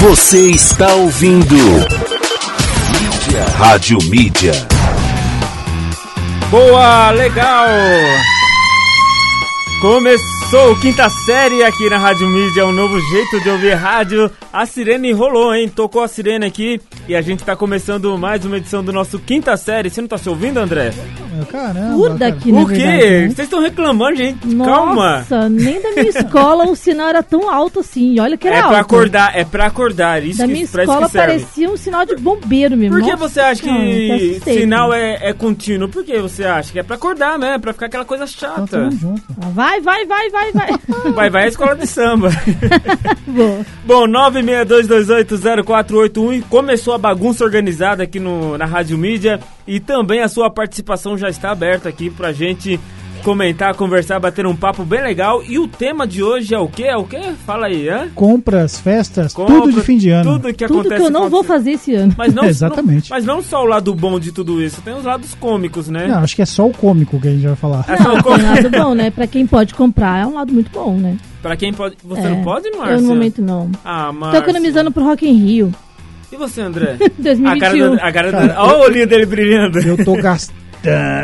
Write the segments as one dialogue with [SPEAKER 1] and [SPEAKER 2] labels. [SPEAKER 1] Você está ouvindo. Mídia. Rádio Mídia.
[SPEAKER 2] Boa, legal! Começou quinta série aqui na Rádio Mídia, um novo jeito de ouvir rádio. A sirene rolou, hein? Tocou a sirene aqui e a gente tá começando mais uma edição do nosso quinta série. Você não tá se ouvindo, André?
[SPEAKER 3] Caramba,
[SPEAKER 4] absurda
[SPEAKER 3] cara.
[SPEAKER 4] aqui, na
[SPEAKER 2] Por quê?
[SPEAKER 4] verdade, né?
[SPEAKER 2] Vocês estão reclamando, gente? Calma!
[SPEAKER 4] Nossa, nem da minha escola o sinal era tão alto assim. E Olha que era
[SPEAKER 2] É
[SPEAKER 4] alto.
[SPEAKER 2] pra acordar, é pra acordar. Isso
[SPEAKER 4] Da
[SPEAKER 2] que,
[SPEAKER 4] minha
[SPEAKER 2] pra isso
[SPEAKER 4] escola
[SPEAKER 2] que serve.
[SPEAKER 4] parecia um sinal de bombeiro mesmo.
[SPEAKER 2] Por que
[SPEAKER 4] Nossa
[SPEAKER 2] você acha
[SPEAKER 4] Senhora, até
[SPEAKER 2] que
[SPEAKER 4] assustei.
[SPEAKER 2] sinal é, é contínuo? Por que você acha que é pra acordar, né? É Pra ficar aquela coisa
[SPEAKER 3] Então,
[SPEAKER 2] chata.
[SPEAKER 3] tamo junto.
[SPEAKER 4] Ah, Vai, vai, vai, vai, vai.
[SPEAKER 2] Vai, vai à escola de samba.
[SPEAKER 4] Boa.
[SPEAKER 2] Bom, 962280481 e começou a bagunça organizada aqui no, na Rádio Mídia e também a sua participação já está aberta aqui pra gente comentar, conversar, bater um papo bem legal. E o tema de hoje é o quê? É o quê? Fala aí, hã?
[SPEAKER 3] Compras, festas, tudo de
[SPEAKER 2] Compra,
[SPEAKER 3] fim de ano.
[SPEAKER 2] Tudo que
[SPEAKER 4] Tudo que
[SPEAKER 2] acontece
[SPEAKER 4] eu não
[SPEAKER 2] com
[SPEAKER 4] vou
[SPEAKER 2] você.
[SPEAKER 4] fazer esse ano.
[SPEAKER 2] Mas não,
[SPEAKER 3] Exatamente.
[SPEAKER 2] não- mas não só o lado bom de tudo isso, tem os lados cômicos, né?
[SPEAKER 3] Não, acho que é só o cômico que a gente vai falar.
[SPEAKER 2] É só o
[SPEAKER 4] Tem
[SPEAKER 2] cômico.
[SPEAKER 4] lado bom, né? Pra quem pode comprar, é um lado muito bom, né?
[SPEAKER 2] Pra quem pode. Você
[SPEAKER 4] É.
[SPEAKER 2] não pode, Márcia?
[SPEAKER 4] Eu no momento não.
[SPEAKER 2] Ah,
[SPEAKER 4] Tô
[SPEAKER 2] Márcia.
[SPEAKER 4] economizando pro Rock in Rio.
[SPEAKER 2] E você, André? a cara
[SPEAKER 4] 2021.
[SPEAKER 2] do. A cara do... Olha o olhinho dele brilhando.
[SPEAKER 3] Eu tô gastando.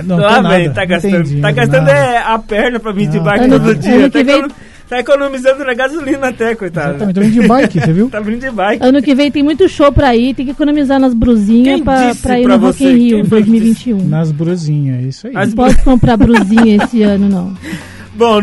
[SPEAKER 3] Não,
[SPEAKER 2] Lá
[SPEAKER 3] tô
[SPEAKER 2] vem,
[SPEAKER 3] nada.
[SPEAKER 2] tá
[SPEAKER 3] Não
[SPEAKER 2] gastando.
[SPEAKER 3] entendi,
[SPEAKER 2] tá
[SPEAKER 3] não
[SPEAKER 2] gastando
[SPEAKER 3] nada.
[SPEAKER 2] é, a perna pra vir de
[SPEAKER 3] Não,
[SPEAKER 2] bike
[SPEAKER 4] ano-
[SPEAKER 2] todo dia.
[SPEAKER 4] ano
[SPEAKER 2] Tá,
[SPEAKER 4] que vem-
[SPEAKER 2] econo- tá economizando na gasolina até, coitado.
[SPEAKER 3] Exatamente, tô indo de bike, você viu?
[SPEAKER 2] Tá vindo de bike.
[SPEAKER 4] Ano que vem tem muito show pra ir, tem que economizar nas brusinhas
[SPEAKER 2] Quem
[SPEAKER 4] pra,
[SPEAKER 2] disse
[SPEAKER 4] pra ir
[SPEAKER 2] pra
[SPEAKER 4] no Rock
[SPEAKER 2] você?
[SPEAKER 4] in
[SPEAKER 2] Quem
[SPEAKER 4] Rio
[SPEAKER 2] foi que disse?
[SPEAKER 4] 2021. Não
[SPEAKER 3] Nas brusinhas, é isso aí.
[SPEAKER 2] As-
[SPEAKER 4] posso comprar brusinha esse ano, não.
[SPEAKER 2] Bom,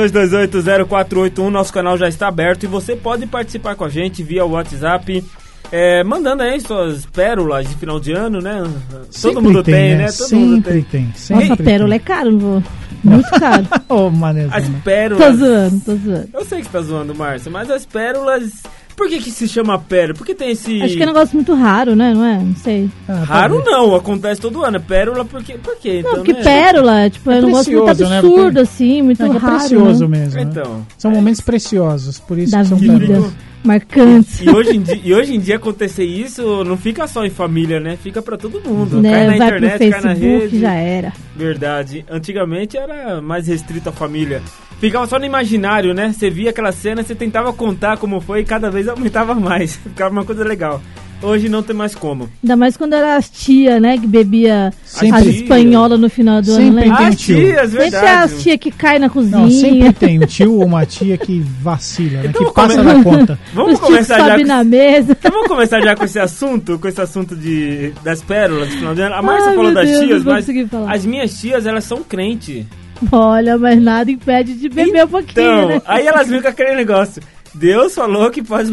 [SPEAKER 2] 962280481, nosso canal já está aberto e você pode participar com a gente via WhatsApp. é, mandando aí suas pérolas de final de ano, né?
[SPEAKER 3] Sempre
[SPEAKER 2] Todo mundo tem, né? Todo
[SPEAKER 3] Sempre
[SPEAKER 2] mundo tem.
[SPEAKER 3] tem.
[SPEAKER 4] Nossa,
[SPEAKER 3] Sempre
[SPEAKER 4] a pérola é
[SPEAKER 3] tem.
[SPEAKER 4] caro, não vou. Muito caro.
[SPEAKER 3] Ô, manezão,
[SPEAKER 2] As
[SPEAKER 3] né?
[SPEAKER 4] Tô
[SPEAKER 2] pérolas.
[SPEAKER 4] Tá zoando, tô zoando.
[SPEAKER 2] Eu sei que você tá zoando, Márcia, mas as pérolas. Por que, que se chama pérola? Por que tem esse.
[SPEAKER 4] Acho que é um negócio muito raro, né? Não é? Não sei.
[SPEAKER 3] Ah, tá
[SPEAKER 2] Raro
[SPEAKER 3] bom.
[SPEAKER 2] não, acontece todo ano. É Pérola porque. Por quê?
[SPEAKER 4] Não,
[SPEAKER 2] Então,
[SPEAKER 4] porque
[SPEAKER 2] né?
[SPEAKER 4] pérola, tipo, é um negócio muito
[SPEAKER 3] precioso, né?
[SPEAKER 4] absurdo,
[SPEAKER 3] Porque-
[SPEAKER 4] assim, muito
[SPEAKER 3] É que é
[SPEAKER 4] raro.
[SPEAKER 3] precioso
[SPEAKER 4] né?
[SPEAKER 3] mesmo. né?
[SPEAKER 2] Então.
[SPEAKER 3] São momentos preciosos, por isso
[SPEAKER 4] Da
[SPEAKER 3] que são
[SPEAKER 4] vida.
[SPEAKER 3] caros.
[SPEAKER 4] Marcantes.
[SPEAKER 2] E hoje, em dia, e hoje em dia acontecer isso não fica só em família, né? Fica pra todo mundo. Cai na
[SPEAKER 4] Né? Vai pro
[SPEAKER 2] internet, cai na
[SPEAKER 4] Facebook,
[SPEAKER 2] rede.
[SPEAKER 4] já é. era.
[SPEAKER 2] Verdade. Antigamente era mais restrito à família. Ficava só no imaginário, né? Você via aquela cena, você tentava contar como foi e cada vez aumentava mais. Ficava uma coisa legal. Hoje não tem mais como.
[SPEAKER 4] Ainda mais quando era as tia, né? Que bebia
[SPEAKER 3] Sempre-
[SPEAKER 4] as espanholas no final do ano,
[SPEAKER 3] Sempre
[SPEAKER 4] lembra?
[SPEAKER 3] tem
[SPEAKER 2] Ah,
[SPEAKER 3] um tio.
[SPEAKER 2] tias,
[SPEAKER 4] Sempre é
[SPEAKER 2] verdade.
[SPEAKER 4] as tia que cai na cozinha.
[SPEAKER 3] Não, sempre tem um tio ou uma tia que vacila, né?
[SPEAKER 2] Então
[SPEAKER 3] que
[SPEAKER 2] vamos
[SPEAKER 3] passa
[SPEAKER 2] começar.
[SPEAKER 3] na conta.
[SPEAKER 2] Vamos
[SPEAKER 4] Os tios
[SPEAKER 2] começar já
[SPEAKER 4] sobem
[SPEAKER 2] com
[SPEAKER 4] na mesa.
[SPEAKER 2] Então vamos começar já com esse assunto, com esse assunto de, das pérolas do final de ano. A Márcia
[SPEAKER 4] Ai,
[SPEAKER 2] falou
[SPEAKER 4] meu
[SPEAKER 2] das
[SPEAKER 4] Deus,
[SPEAKER 2] tias,
[SPEAKER 4] não vou
[SPEAKER 2] mas
[SPEAKER 4] conseguir falar.
[SPEAKER 2] as minhas tias, elas são crente.
[SPEAKER 4] Olha, mas nada impede de beber um pouquinho,
[SPEAKER 2] Então,
[SPEAKER 4] né?
[SPEAKER 2] aí elas ficam com aquele negócio. Deus falou que pode,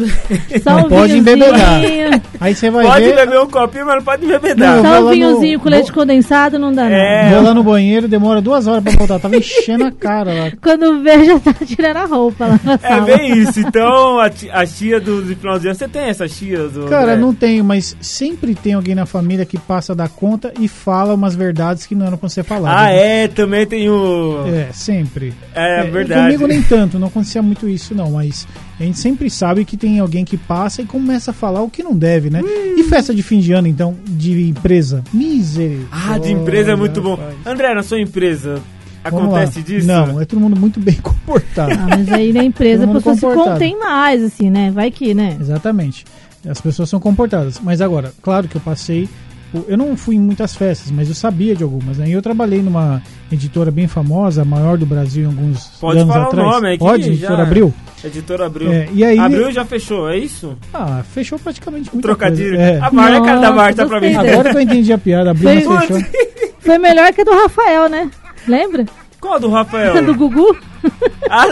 [SPEAKER 4] Só
[SPEAKER 3] Não
[SPEAKER 4] um
[SPEAKER 3] pode embebedar.
[SPEAKER 4] vinhozinho.
[SPEAKER 3] Aí você vai
[SPEAKER 2] pode
[SPEAKER 3] ver,
[SPEAKER 2] beber um copinho, mas não pode
[SPEAKER 3] Não,
[SPEAKER 2] bebedar.
[SPEAKER 3] vou lá
[SPEAKER 4] Só
[SPEAKER 3] no-
[SPEAKER 4] um vinhozinho com leite
[SPEAKER 3] vou-
[SPEAKER 4] condensado não dá nada.
[SPEAKER 2] É,
[SPEAKER 3] vou lá no banheiro, demora duas horas pra voltar. Tava enchendo a cara lá.
[SPEAKER 4] Quando vê, já tá tirando a roupa lá na
[SPEAKER 2] é
[SPEAKER 4] sala.
[SPEAKER 2] bem isso. Então, a ti- as tias do, do final de ano, você tem essas tias? ô,
[SPEAKER 3] Cara,
[SPEAKER 2] André?
[SPEAKER 3] não tenho, mas sempre tem alguém na família que passa da conta e fala umas verdades que não eram pra você falar.
[SPEAKER 2] Ah,
[SPEAKER 3] né?
[SPEAKER 2] é, também tem o...
[SPEAKER 3] É, sempre.
[SPEAKER 2] É,
[SPEAKER 3] É,
[SPEAKER 2] verdade.
[SPEAKER 3] Comigo nem tanto, não acontecia muito isso, não, mas a gente sempre sabe que tem alguém que passa e começa a falar o que não deve, né?
[SPEAKER 2] Hum.
[SPEAKER 3] E festa de fim de ano, então, de empresa? Misericórdia.
[SPEAKER 2] Ah, de empresa é muito bom.
[SPEAKER 3] rapaz.
[SPEAKER 2] André, na sua empresa,
[SPEAKER 3] Vamos lá.
[SPEAKER 2] acontece disso?
[SPEAKER 3] Não, é todo mundo muito bem comportado.
[SPEAKER 4] Ah, mas aí na empresa a
[SPEAKER 3] Todo mundo
[SPEAKER 4] pessoa se
[SPEAKER 3] comportado.
[SPEAKER 4] contém mais, assim, né? Vai que, né?
[SPEAKER 3] Exatamente. As pessoas são comportadas. Mas agora, claro que eu passei. por- Eu não fui em muitas festas, mas eu sabia de algumas. Né? E eu trabalhei numa editora bem famosa, a maior do Brasil em alguns
[SPEAKER 2] Pode
[SPEAKER 3] anos
[SPEAKER 2] falar o
[SPEAKER 3] atrás.
[SPEAKER 2] nome, é que
[SPEAKER 3] Pode,
[SPEAKER 2] já-
[SPEAKER 3] editora Abril?
[SPEAKER 2] Editora abriu.
[SPEAKER 3] É, e aí-
[SPEAKER 2] Abriu e já fechou, é isso?
[SPEAKER 3] Ah, fechou praticamente muita
[SPEAKER 2] Trocadilho. né?
[SPEAKER 3] coisa. É.
[SPEAKER 2] A Mar, a cara da
[SPEAKER 4] Nossa,
[SPEAKER 2] Mar, tá pra mim.
[SPEAKER 4] gostei dessa.
[SPEAKER 3] Agora que eu entendi a piada, abriu, mas
[SPEAKER 4] Foi-
[SPEAKER 3] fechou.
[SPEAKER 4] Foi melhor que a do Rafael, né? Lembra?
[SPEAKER 2] Qual do Rafael?
[SPEAKER 4] Essa do Gugu?
[SPEAKER 2] Ah,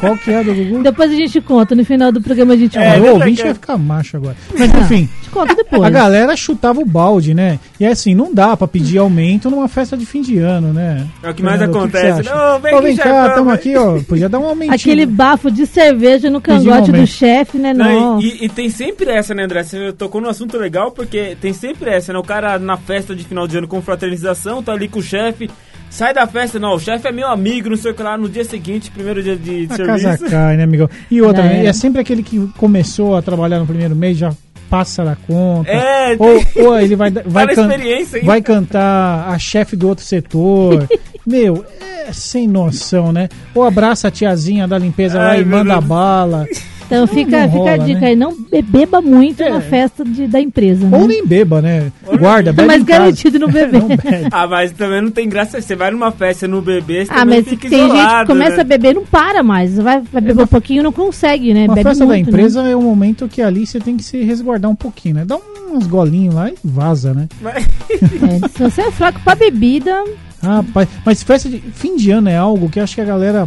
[SPEAKER 3] Qual que é a do Gugu?
[SPEAKER 4] Depois a gente conta, no final do programa a gente
[SPEAKER 2] É,
[SPEAKER 3] Ah,
[SPEAKER 4] conta.
[SPEAKER 3] o
[SPEAKER 2] deixa
[SPEAKER 3] ouvinte
[SPEAKER 2] quieto.
[SPEAKER 3] vai ficar macho agora. Mas enfim,
[SPEAKER 4] A gente conta depois.
[SPEAKER 3] a galera chutava o balde, né? E assim, não dá pra pedir aumento numa festa de fim de ano, né?
[SPEAKER 2] É o que mais
[SPEAKER 3] Fernando,
[SPEAKER 2] acontece.
[SPEAKER 3] você acha?
[SPEAKER 2] Não, vem
[SPEAKER 3] Ô,
[SPEAKER 2] aqui,
[SPEAKER 3] vem cá,
[SPEAKER 2] chefão,
[SPEAKER 3] tamo
[SPEAKER 2] vai.
[SPEAKER 3] aqui, ó. Podia dar um aumentinho.
[SPEAKER 4] Aquele bafo de cerveja no cangote
[SPEAKER 3] aumento.
[SPEAKER 4] do chefe, né?
[SPEAKER 2] não,
[SPEAKER 4] Não.
[SPEAKER 2] e, e- e tem sempre essa, né, André? Você tocou num assunto legal, porque tem sempre essa, né? O cara na festa de final de ano com fraternização, tá ali com o chefe, sai da festa, não, o chefe é meu amigo, não sei o que lá, no dia seguinte, primeiro dia de, de
[SPEAKER 3] A casa
[SPEAKER 2] serviço.
[SPEAKER 3] cai, né, amigão? E outra,
[SPEAKER 4] Já
[SPEAKER 3] né,
[SPEAKER 4] era.
[SPEAKER 3] é sempre aquele que começou a trabalhar no primeiro mês, já passa da conta.
[SPEAKER 2] É,
[SPEAKER 3] Ou, ou ele vai, vai,
[SPEAKER 2] na
[SPEAKER 3] can-
[SPEAKER 2] experiência, hein?
[SPEAKER 3] vai cantar a chefe do outro setor. Meu, é sem noção, né? Ou abraça a tiazinha da limpeza lá
[SPEAKER 2] Ai,
[SPEAKER 3] e
[SPEAKER 2] meu
[SPEAKER 3] manda
[SPEAKER 2] Deus.
[SPEAKER 3] bala.
[SPEAKER 4] Então fica,
[SPEAKER 3] não
[SPEAKER 4] fica
[SPEAKER 3] rola,
[SPEAKER 4] a dica
[SPEAKER 3] né?
[SPEAKER 4] aí, não be- beba muito
[SPEAKER 3] É.
[SPEAKER 4] na festa de- da empresa.
[SPEAKER 3] Ou
[SPEAKER 4] né?
[SPEAKER 3] nem beba, né? Guarda, bebe
[SPEAKER 4] Mas
[SPEAKER 3] em casa.
[SPEAKER 4] garantido não beber.
[SPEAKER 3] Não bebe.
[SPEAKER 2] Ah, mas também não tem graça. Você vai numa festa no bebê, você
[SPEAKER 4] Ah,
[SPEAKER 2] também
[SPEAKER 4] mas tem
[SPEAKER 2] fica isolado,
[SPEAKER 4] gente que começa
[SPEAKER 2] né?
[SPEAKER 4] a beber e não para mais. Vai, vai beber um pouquinho e não consegue, né?
[SPEAKER 3] Uma
[SPEAKER 4] Bebe
[SPEAKER 3] festa da
[SPEAKER 4] muito, né?
[SPEAKER 3] empresa é um momento que ali você tem que se resguardar um pouquinho, né? Dá uns golinhos lá e vaza, né?
[SPEAKER 2] Mas-
[SPEAKER 4] É, se você é fraco pra bebida,
[SPEAKER 3] Rapaz, Ah, mas festa de fim de ano é algo que eu acho que a galera.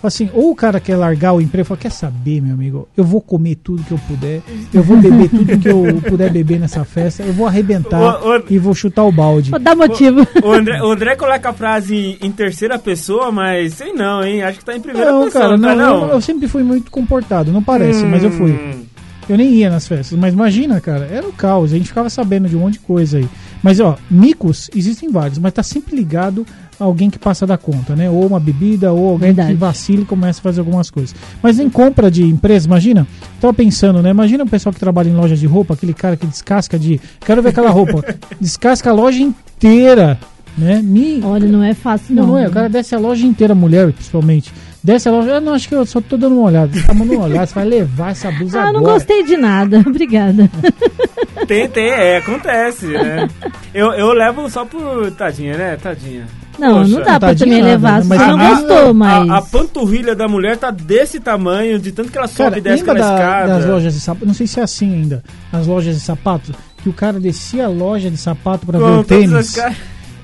[SPEAKER 3] fala Assim, ou o cara quer largar o emprego e fala: Quer saber, meu amigo? Eu vou comer tudo que eu puder, eu vou beber tudo que eu puder beber nessa festa, eu vou arrebentar
[SPEAKER 2] Ô, ô-
[SPEAKER 3] e vou chutar o balde.
[SPEAKER 4] dá motivo.
[SPEAKER 2] O André, o André coloca a frase em, em terceira pessoa, mas sei não, hein? Acho que tá em primeira
[SPEAKER 3] Não,
[SPEAKER 2] pessoa,
[SPEAKER 3] cara,
[SPEAKER 2] tá
[SPEAKER 3] não,
[SPEAKER 2] não?
[SPEAKER 3] Eu, eu sempre fui muito comportado, não parece, mas eu fui.
[SPEAKER 2] Hum.
[SPEAKER 3] Eu nem ia nas festas, mas imagina, cara, era o caos, a gente ficava sabendo de um monte de coisa aí. Mas ó, micos existem vários, mas tá sempre ligado a alguém que passa da conta, né? Ou uma bebida, ou alguém
[SPEAKER 4] Verdade.
[SPEAKER 3] que vacila e começa a fazer algumas coisas. Mas em compra de empresa, imagina, tava pensando, né? Imagina o pessoal que trabalha em loja de roupa, aquele cara que descasca de. Quero ver aquela roupa, descasca a loja inteira, né? Me,
[SPEAKER 4] Olha, não é fácil, não.
[SPEAKER 3] não, não é. O cara desce a loja inteira, mulher principalmente. Desce a loja. Eu não acho que eu só tô dando uma olhada. Você tá mandando uma olhada, você vai levar essa blusa
[SPEAKER 4] Ah,
[SPEAKER 3] agora.
[SPEAKER 4] não gostei de nada. Obrigada.
[SPEAKER 2] Tem, tem, é, acontece, né? Eu, eu levo só por tadinha, né? Tadinha.
[SPEAKER 4] Não,
[SPEAKER 2] Poxa.
[SPEAKER 4] não dá pra
[SPEAKER 3] Tadinha
[SPEAKER 4] também
[SPEAKER 3] nada,
[SPEAKER 4] levar.
[SPEAKER 3] né?
[SPEAKER 4] Se
[SPEAKER 3] Mas
[SPEAKER 4] você não
[SPEAKER 3] a-
[SPEAKER 4] gostou, mas.
[SPEAKER 2] A, a panturrilha da mulher tá desse tamanho, de tanto que ela sobe
[SPEAKER 3] Cara,
[SPEAKER 2] e desce
[SPEAKER 3] lembra
[SPEAKER 2] pela
[SPEAKER 3] da-
[SPEAKER 2] escada.
[SPEAKER 3] das lojas de sapato? Não sei se é assim ainda. As lojas de sapato. Que o cara descia a loja de sapato pra
[SPEAKER 2] Com
[SPEAKER 3] ver o
[SPEAKER 2] todas as
[SPEAKER 3] tênis.
[SPEAKER 2] caras.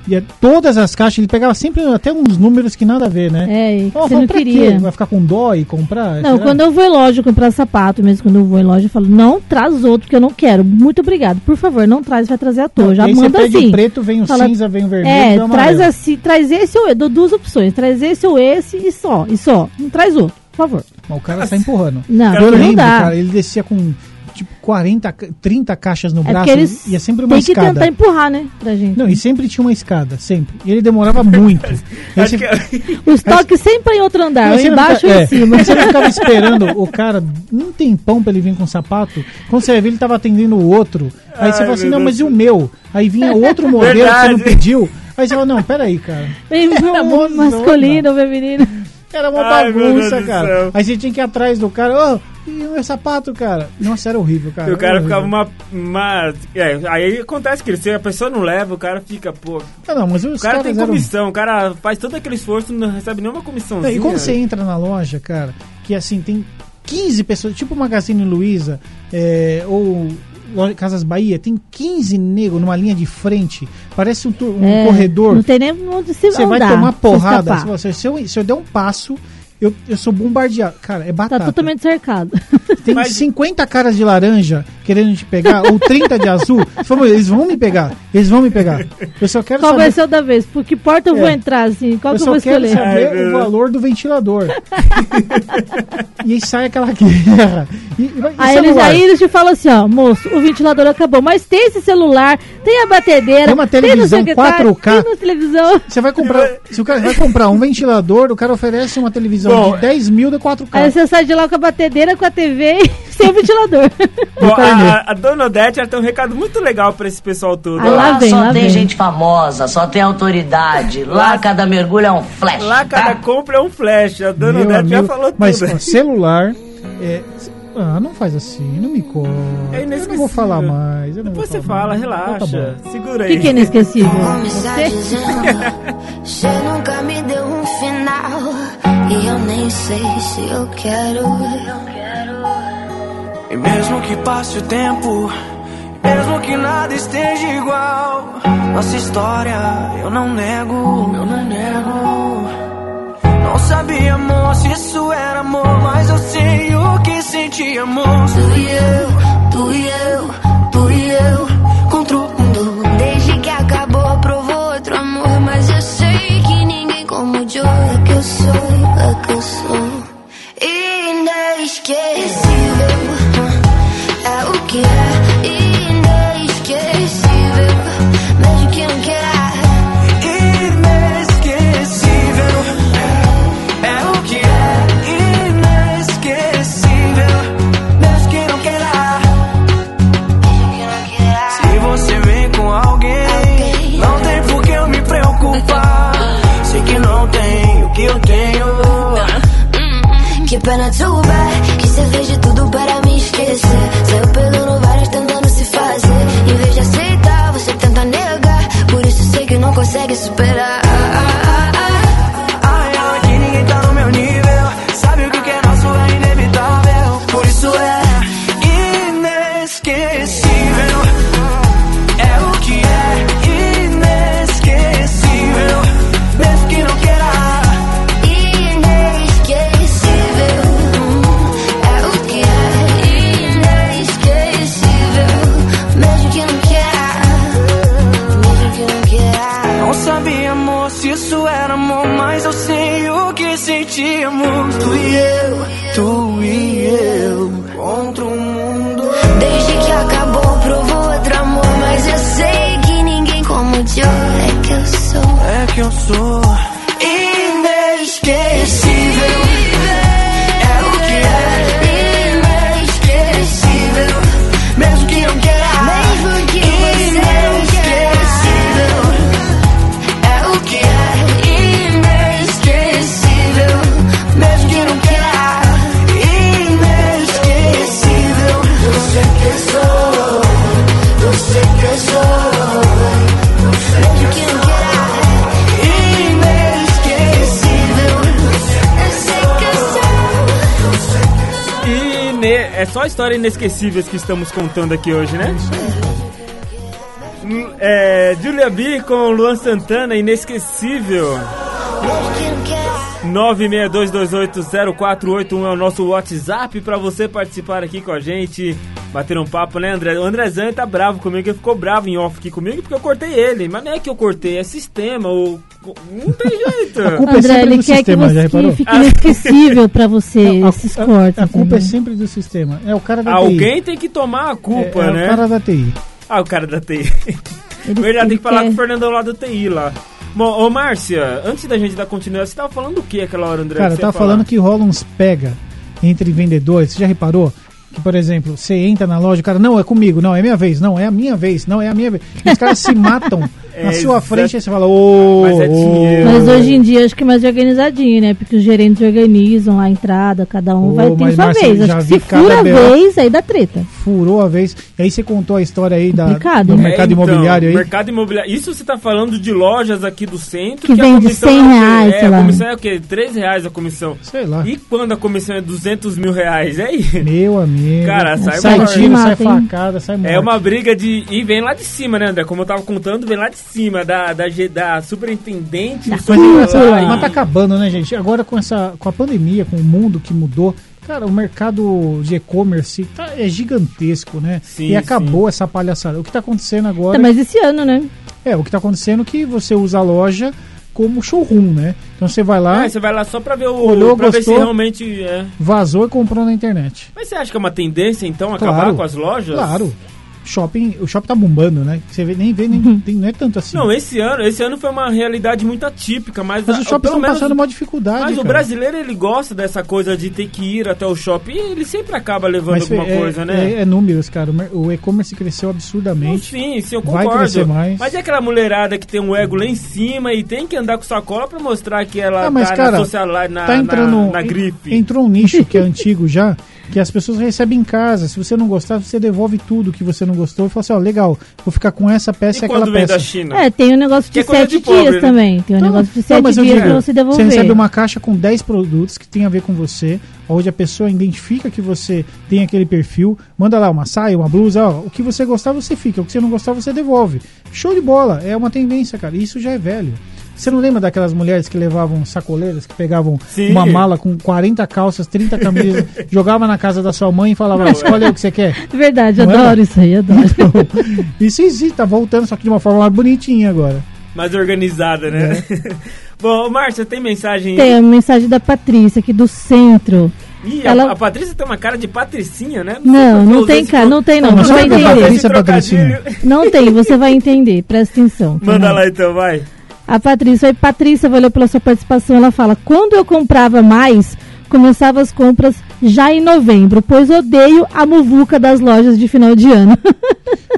[SPEAKER 3] E é- todas as caixas, ele pegava sempre até uns números que nada a ver, né?
[SPEAKER 4] É, e que
[SPEAKER 3] Ó,
[SPEAKER 4] você
[SPEAKER 3] mas
[SPEAKER 4] não
[SPEAKER 3] pra quê?
[SPEAKER 4] queria.
[SPEAKER 3] Vai ficar com dó e comprar?
[SPEAKER 4] Não,
[SPEAKER 3] Será?
[SPEAKER 4] quando eu vou em loja comprar sapato, mesmo quando eu vou em loja, eu falo, não traz outro que eu não quero. Muito obrigado. Por favor, não traz, vai trazer à toa.
[SPEAKER 3] Não,
[SPEAKER 4] já
[SPEAKER 3] aí você
[SPEAKER 4] manda
[SPEAKER 3] pede
[SPEAKER 4] assim.
[SPEAKER 3] o preto, vem o
[SPEAKER 4] Fala-
[SPEAKER 3] cinza, vem o vermelho,
[SPEAKER 4] É,
[SPEAKER 3] vem o amarelo.
[SPEAKER 4] traz assim, traz esse ou esse. Dou duas opções. Traz esse ou esse e só, e só. Não traz outro, por favor.
[SPEAKER 3] Mas O cara tá empurrando.
[SPEAKER 4] Não,
[SPEAKER 3] Eu
[SPEAKER 4] não
[SPEAKER 3] lembro,
[SPEAKER 4] dá.
[SPEAKER 3] cara, ele descia com tipo 40, ca- 30 caixas no
[SPEAKER 4] É
[SPEAKER 3] braço
[SPEAKER 4] porque eles
[SPEAKER 3] e é sempre uma
[SPEAKER 4] Tem que
[SPEAKER 3] escada.
[SPEAKER 4] tentar empurrar, né, pra gente.
[SPEAKER 3] Não, e sempre tinha uma escada, sempre. E ele demorava muito. Aí
[SPEAKER 2] Acho
[SPEAKER 3] você-
[SPEAKER 2] que
[SPEAKER 4] O estoque sempre é em outro andar,
[SPEAKER 3] Não,
[SPEAKER 4] ou
[SPEAKER 3] você não
[SPEAKER 4] embaixo
[SPEAKER 3] fica-
[SPEAKER 4] ou
[SPEAKER 3] é,
[SPEAKER 4] em cima.
[SPEAKER 3] Você não ficava esperando o cara um tempão pra ele vir com sapato. Quando você ia ver, ele tava atendendo o outro. Aí
[SPEAKER 2] Ai,
[SPEAKER 3] você fala assim,
[SPEAKER 2] meu
[SPEAKER 3] não, mas
[SPEAKER 2] Deus.
[SPEAKER 3] e o meu? Aí vinha outro modelo que você não
[SPEAKER 2] Verdade.
[SPEAKER 3] pediu. Aí você fala, não, peraí, cara.
[SPEAKER 4] Tem
[SPEAKER 3] Era
[SPEAKER 4] um
[SPEAKER 3] mozona.
[SPEAKER 4] masculino, feminino.
[SPEAKER 3] Era uma
[SPEAKER 2] Ai, meu
[SPEAKER 3] bagunça,
[SPEAKER 2] Deus do
[SPEAKER 3] cara.
[SPEAKER 2] céu.
[SPEAKER 3] Aí você tinha que ir atrás do cara. Ô, e o meu sapato, cara? Nossa, era horrível, cara.
[SPEAKER 2] o cara
[SPEAKER 3] Era
[SPEAKER 2] ficava
[SPEAKER 3] horrível.
[SPEAKER 2] uma. uma é, aí acontece que se a pessoa não leva, o cara fica, pô. O
[SPEAKER 3] Ah, não, mas os
[SPEAKER 2] cara
[SPEAKER 3] caras
[SPEAKER 2] tem
[SPEAKER 3] eram-
[SPEAKER 2] comissão, o cara faz todo aquele esforço, não recebe nenhuma
[SPEAKER 3] Não,
[SPEAKER 2] comissãozinha.
[SPEAKER 3] e quando você entra na loja, cara, que assim, tem 15 pessoas, tipo Magazine Luiza é, ou loja- Casas Bahia, tem 15 negros numa linha de frente, parece um, tur- um
[SPEAKER 4] É, Não
[SPEAKER 3] corredor.
[SPEAKER 4] tem nem onde se
[SPEAKER 3] Você vai
[SPEAKER 4] andar,
[SPEAKER 3] tomar
[SPEAKER 4] se
[SPEAKER 3] porrada. Se,
[SPEAKER 4] escapar.
[SPEAKER 3] você- se eu, se eu der um passo, eu, eu sou bombardeado. Cara, é
[SPEAKER 4] Tá
[SPEAKER 3] batata.
[SPEAKER 4] totalmente cercado.
[SPEAKER 3] Tem
[SPEAKER 2] Mas-
[SPEAKER 3] 50 caras de laranja querendo te pegar, ou 30 de azul. Você fala, eles vão me pegar, eles vão me pegar. Eu só quero
[SPEAKER 4] Qual
[SPEAKER 3] saber
[SPEAKER 4] vai ser o da vez? Por que porta eu vou
[SPEAKER 3] É.
[SPEAKER 4] entrar, assim? Qual
[SPEAKER 3] eu
[SPEAKER 4] que eu
[SPEAKER 3] só
[SPEAKER 4] vou
[SPEAKER 3] quero
[SPEAKER 4] escolher?
[SPEAKER 2] Ai, meu
[SPEAKER 3] saber o
[SPEAKER 2] Deus.
[SPEAKER 3] valor do ventilador. e aí sai aquela guerra. E, e é? vai- e
[SPEAKER 4] Aí eles,
[SPEAKER 3] celular?
[SPEAKER 4] aí eles te falam assim, ó, moço, o ventilador acabou, mas tem esse celular, tem a batedeira,
[SPEAKER 3] Tem uma televisão
[SPEAKER 4] não sei o que tá,
[SPEAKER 3] 4K.
[SPEAKER 4] tem uma televisão.
[SPEAKER 3] Você vai comprar. Se o cara vai comprar um ventilador, o cara oferece uma televisão
[SPEAKER 2] Bom,
[SPEAKER 3] de 10 mil da 4K.
[SPEAKER 4] Aí você sai de lá com a batedeira, com a TV e sem o ventilador.
[SPEAKER 2] Bom,
[SPEAKER 3] do carnê.
[SPEAKER 2] a, a dona Odete ela tem um recado muito legal pra esse pessoal todo.
[SPEAKER 4] Ah, lá
[SPEAKER 2] ó.
[SPEAKER 5] Lá
[SPEAKER 4] vem,
[SPEAKER 5] só
[SPEAKER 4] lá
[SPEAKER 5] tem
[SPEAKER 4] vem.
[SPEAKER 5] gente famosa, só tem autoridade. Lá cada mergulho é um flash.
[SPEAKER 2] Lá cada compra é um flash. A dona
[SPEAKER 3] Tá. Meu
[SPEAKER 2] Odete já
[SPEAKER 3] amigo,
[SPEAKER 2] falou
[SPEAKER 3] Mas
[SPEAKER 2] tudo. né?
[SPEAKER 3] ó, celular. é, ah, não faz assim, não me corta.
[SPEAKER 2] É
[SPEAKER 3] eu não
[SPEAKER 2] inesquecível.
[SPEAKER 3] vou falar mais. eu não vou
[SPEAKER 2] Depois você
[SPEAKER 3] falar
[SPEAKER 2] fala,
[SPEAKER 3] mais. Então tá
[SPEAKER 2] relaxa.
[SPEAKER 3] bom.
[SPEAKER 2] Segura
[SPEAKER 4] O
[SPEAKER 2] aí.
[SPEAKER 4] que, que é inesquecível?
[SPEAKER 6] Uma mensagem dizendo, Você nunca me deu um final E eu nem sei se eu quero
[SPEAKER 7] E mesmo que passe o tempo, mesmo que nada esteja igual, nossa história eu não nego, eu não nego. Não sabia, amor, se isso era amor, mas eu sei o que senti, amor.
[SPEAKER 6] Tu e eu, tu e eu, tu e eu Contra o mundo Desde que acabou provou outro amor Mas eu sei que ninguém como o Joe É que eu sou, é que eu sou Inesquecível É o que é Inesquecível Mesmo quem não quer
[SPEAKER 7] Inesquecível é o que é. Inesquecível, mesmo que não queira. Se você vem com alguém, não tem por que eu me preocupar. Sei que não tem o que eu tenho.
[SPEAKER 6] Que pena, tudo bem. Que cerveja, tudo
[SPEAKER 7] tá é É
[SPEAKER 6] é É
[SPEAKER 7] É que eu sou. Inesquecível. É o que é. Inesquecível. Mesmo que eu queira.
[SPEAKER 6] Mesmo que você não
[SPEAKER 7] Inesquecível.
[SPEAKER 6] É o que é inesquecível.
[SPEAKER 7] Mesmo que não queira. Inesquecível. Você que sou. Você que é sou. Mesmo que não queira. Inesquecível.
[SPEAKER 6] Eu sei que eu sou.
[SPEAKER 2] E ne- é só histórias inesquecíveis que estamos contando aqui hoje, né? Hum, É, Julia B com Luan Santana, inesquecível.
[SPEAKER 6] Mesmo que não queira.
[SPEAKER 2] 962280481 é o nosso WhatsApp pra você participar aqui com a gente, bater um papo, né, André? O Andrezão tá bravo comigo, ele ficou bravo em off aqui comigo porque eu cortei ele. Mas não é que eu cortei, é sistema, o... não tem jeito.
[SPEAKER 3] culpa é
[SPEAKER 4] André,
[SPEAKER 3] sempre
[SPEAKER 4] ele
[SPEAKER 3] do
[SPEAKER 4] quer
[SPEAKER 3] sistema, já
[SPEAKER 4] que você
[SPEAKER 3] reparou?
[SPEAKER 4] que fique inesquecível pra você
[SPEAKER 3] Não, a
[SPEAKER 4] esses
[SPEAKER 3] cu-
[SPEAKER 4] cortes. né?
[SPEAKER 3] A culpa é
[SPEAKER 4] entendeu?
[SPEAKER 3] sempre do sistema. É o cara da TI.
[SPEAKER 2] Alguém tem que tomar a culpa,
[SPEAKER 3] é, é
[SPEAKER 2] né?
[SPEAKER 3] o cara da TI.
[SPEAKER 2] Ah, o cara da TI.
[SPEAKER 4] Ele-
[SPEAKER 2] Verdade, tem
[SPEAKER 4] ele
[SPEAKER 2] que falar
[SPEAKER 4] quer-
[SPEAKER 2] com o Fernandão lá do TI lá. Bom, ô Márcia, antes da gente dar continuidade, você tava falando do que aquela hora, André?
[SPEAKER 3] Cara,
[SPEAKER 2] Você
[SPEAKER 3] eu tava
[SPEAKER 2] ia falar.
[SPEAKER 3] falando que rola uns pega entre vendedores. Você já reparou? Que, por exemplo, você entra na loja, o cara, não, é comigo, não, é minha vez, não, é a minha vez, não, é a minha vez. E os caras se matam na
[SPEAKER 2] É,
[SPEAKER 3] sua
[SPEAKER 2] exa-
[SPEAKER 3] frente, aí você fala, ô,
[SPEAKER 2] Mas é
[SPEAKER 3] ô,
[SPEAKER 2] dinheiro.
[SPEAKER 4] Mas hoje em dia acho que é mais organizadinho, né? Porque os gerentes organizam lá a entrada, cada um
[SPEAKER 3] Ô,
[SPEAKER 4] vai ter
[SPEAKER 3] mas,
[SPEAKER 4] sua
[SPEAKER 3] Marcelo,
[SPEAKER 4] vez.
[SPEAKER 3] já
[SPEAKER 4] Acho que se
[SPEAKER 3] vi cada
[SPEAKER 4] fura a
[SPEAKER 3] BO.
[SPEAKER 4] vez, aí dá treta.
[SPEAKER 3] furou a vez. E aí você contou a história aí da,
[SPEAKER 4] Complicado, né?
[SPEAKER 3] do
[SPEAKER 4] hein?
[SPEAKER 3] mercado
[SPEAKER 2] É, então,
[SPEAKER 3] imobiliário aí.
[SPEAKER 2] Mercado imobiliário. Isso você tá falando de lojas aqui do centro.
[SPEAKER 4] Que
[SPEAKER 2] a
[SPEAKER 4] vende
[SPEAKER 2] comissão
[SPEAKER 4] 100
[SPEAKER 2] é o quê?
[SPEAKER 4] reais,
[SPEAKER 2] É,
[SPEAKER 4] sei
[SPEAKER 2] a
[SPEAKER 4] lá.
[SPEAKER 2] comissão é o quê? 3 reais a comissão.
[SPEAKER 3] Sei lá.
[SPEAKER 2] E quando a comissão é 200 mil reais? É aí.
[SPEAKER 3] Meu amigo.
[SPEAKER 2] Cara, sai
[SPEAKER 3] sai
[SPEAKER 2] morte.
[SPEAKER 3] tiro, sai
[SPEAKER 4] Mata, hein?
[SPEAKER 3] facada, sai morte.
[SPEAKER 2] É uma briga de. E vem lá de cima, né, André? Como eu tava contando, vem lá de cima, da, da, G- da superintendente. do
[SPEAKER 3] Mas,
[SPEAKER 2] Socorro
[SPEAKER 3] sei lá,
[SPEAKER 2] lá,
[SPEAKER 3] mas tá
[SPEAKER 2] e-
[SPEAKER 3] acabando, né, gente? Agora com essa com a pandemia, com o mundo que mudou, cara, o mercado de e-commerce tá- é gigantesco, né?
[SPEAKER 2] Sim,
[SPEAKER 3] e acabou essa palhaçada. O que tá acontecendo agora?
[SPEAKER 4] Tá, mas esse ano, né?
[SPEAKER 3] É, o que tá acontecendo é que você usa a loja como showroom, né? Então você vai lá,
[SPEAKER 2] Ah, você vai lá só pra ver o.
[SPEAKER 3] Olhou,
[SPEAKER 2] pra ver se
[SPEAKER 3] gostou?
[SPEAKER 2] realmente é.
[SPEAKER 3] vazou e comprou na internet.
[SPEAKER 2] Mas você acha que é uma tendência, então, acabar
[SPEAKER 3] Claro.
[SPEAKER 2] com as lojas?
[SPEAKER 3] Claro. Shopping, o shopping tá bombando, né? Você vê- nem vê, nem tem, não é tanto assim.
[SPEAKER 2] Uhum. Não, esse ano, esse ano foi uma realidade muito atípica, mas,
[SPEAKER 3] mas
[SPEAKER 2] a-
[SPEAKER 3] os shoppings
[SPEAKER 2] pelo
[SPEAKER 3] estão
[SPEAKER 2] menos-
[SPEAKER 3] passando uma dificuldade.
[SPEAKER 2] Mas o
[SPEAKER 3] cara.
[SPEAKER 2] brasileiro ele gosta dessa coisa de ter que ir até o shopping, e ele sempre acaba levando
[SPEAKER 3] Mas
[SPEAKER 2] alguma
[SPEAKER 3] é,
[SPEAKER 2] coisa, né?
[SPEAKER 3] É, é números, cara. O mer- O e-commerce cresceu
[SPEAKER 2] Não,
[SPEAKER 3] absurdamente.
[SPEAKER 2] Sim, sim, eu
[SPEAKER 3] Vai
[SPEAKER 2] concordo.
[SPEAKER 3] crescer mais.
[SPEAKER 2] Mas é aquela mulherada que tem um ego lá em cima e tem que andar com sacola pra mostrar que ela
[SPEAKER 3] Ah, mas,
[SPEAKER 2] tá na
[SPEAKER 3] cara,
[SPEAKER 2] social, na,
[SPEAKER 3] tá entrando
[SPEAKER 2] na,
[SPEAKER 3] um-
[SPEAKER 2] na gripe.
[SPEAKER 3] Entrou um nicho que é antigo já, que as pessoas recebem em casa. Se você não gostar, você devolve tudo que você não gostou e fala assim, ó, legal, vou ficar com essa
[SPEAKER 2] e
[SPEAKER 3] peça e aquela
[SPEAKER 2] quando vem
[SPEAKER 3] peça.
[SPEAKER 2] da China?
[SPEAKER 4] É, tem um negócio
[SPEAKER 2] Que é
[SPEAKER 4] de
[SPEAKER 2] coisa
[SPEAKER 4] sete
[SPEAKER 2] de pobre,
[SPEAKER 4] dias
[SPEAKER 2] né?
[SPEAKER 4] também. Tem um negócio de
[SPEAKER 3] Não,
[SPEAKER 4] sete
[SPEAKER 3] Então, mas eu
[SPEAKER 4] dias
[SPEAKER 3] digo,
[SPEAKER 4] pra você
[SPEAKER 3] Você
[SPEAKER 4] devolver.
[SPEAKER 3] recebe uma caixa com 10 produtos que tem a ver com você, onde a pessoa identifica que você tem aquele perfil, manda lá uma saia, uma blusa, ó, o que você gostar você fica, o que você não gostar você devolve. Show de bola, é uma tendência, cara. Isso já é velho. Você não lembra daquelas mulheres que levavam sacoleiras, que pegavam
[SPEAKER 2] Sim.
[SPEAKER 3] uma mala com 40 calças, 30 camisas, jogava na casa da sua mãe e falava, escolhe aí o que você quer.
[SPEAKER 4] Verdade,
[SPEAKER 3] Não é,
[SPEAKER 4] adoro
[SPEAKER 3] não?
[SPEAKER 4] isso aí, adoro.
[SPEAKER 3] Isso existe, tá voltando, só que de uma forma mais bonitinha agora.
[SPEAKER 2] Mais organizada,
[SPEAKER 3] É.
[SPEAKER 2] né? Bom, Márcia, tem mensagem?
[SPEAKER 4] Tem uma mensagem da Patrícia aqui do centro.
[SPEAKER 2] Ih,
[SPEAKER 4] Ela-
[SPEAKER 2] a, a Patrícia tem uma cara de patricinha, né?
[SPEAKER 4] Não,
[SPEAKER 2] sei por que
[SPEAKER 4] não
[SPEAKER 2] eu
[SPEAKER 4] tem
[SPEAKER 2] usei
[SPEAKER 4] cara, não tem não,
[SPEAKER 3] Não, mas
[SPEAKER 4] você vai
[SPEAKER 3] sabe o que eu
[SPEAKER 2] esse
[SPEAKER 4] entender.
[SPEAKER 3] Patrícia
[SPEAKER 2] trocadilho.
[SPEAKER 3] patrocina.
[SPEAKER 4] Não tem, você vai entender, presta atenção. tá
[SPEAKER 2] Manda
[SPEAKER 4] bom?
[SPEAKER 2] lá então, vai.
[SPEAKER 4] A Patrícia, oi Patrícia, valeu pela sua participação. Ela fala: quando eu comprava mais, começava as compras já em novembro, pois odeio a muvuca das lojas de final de ano.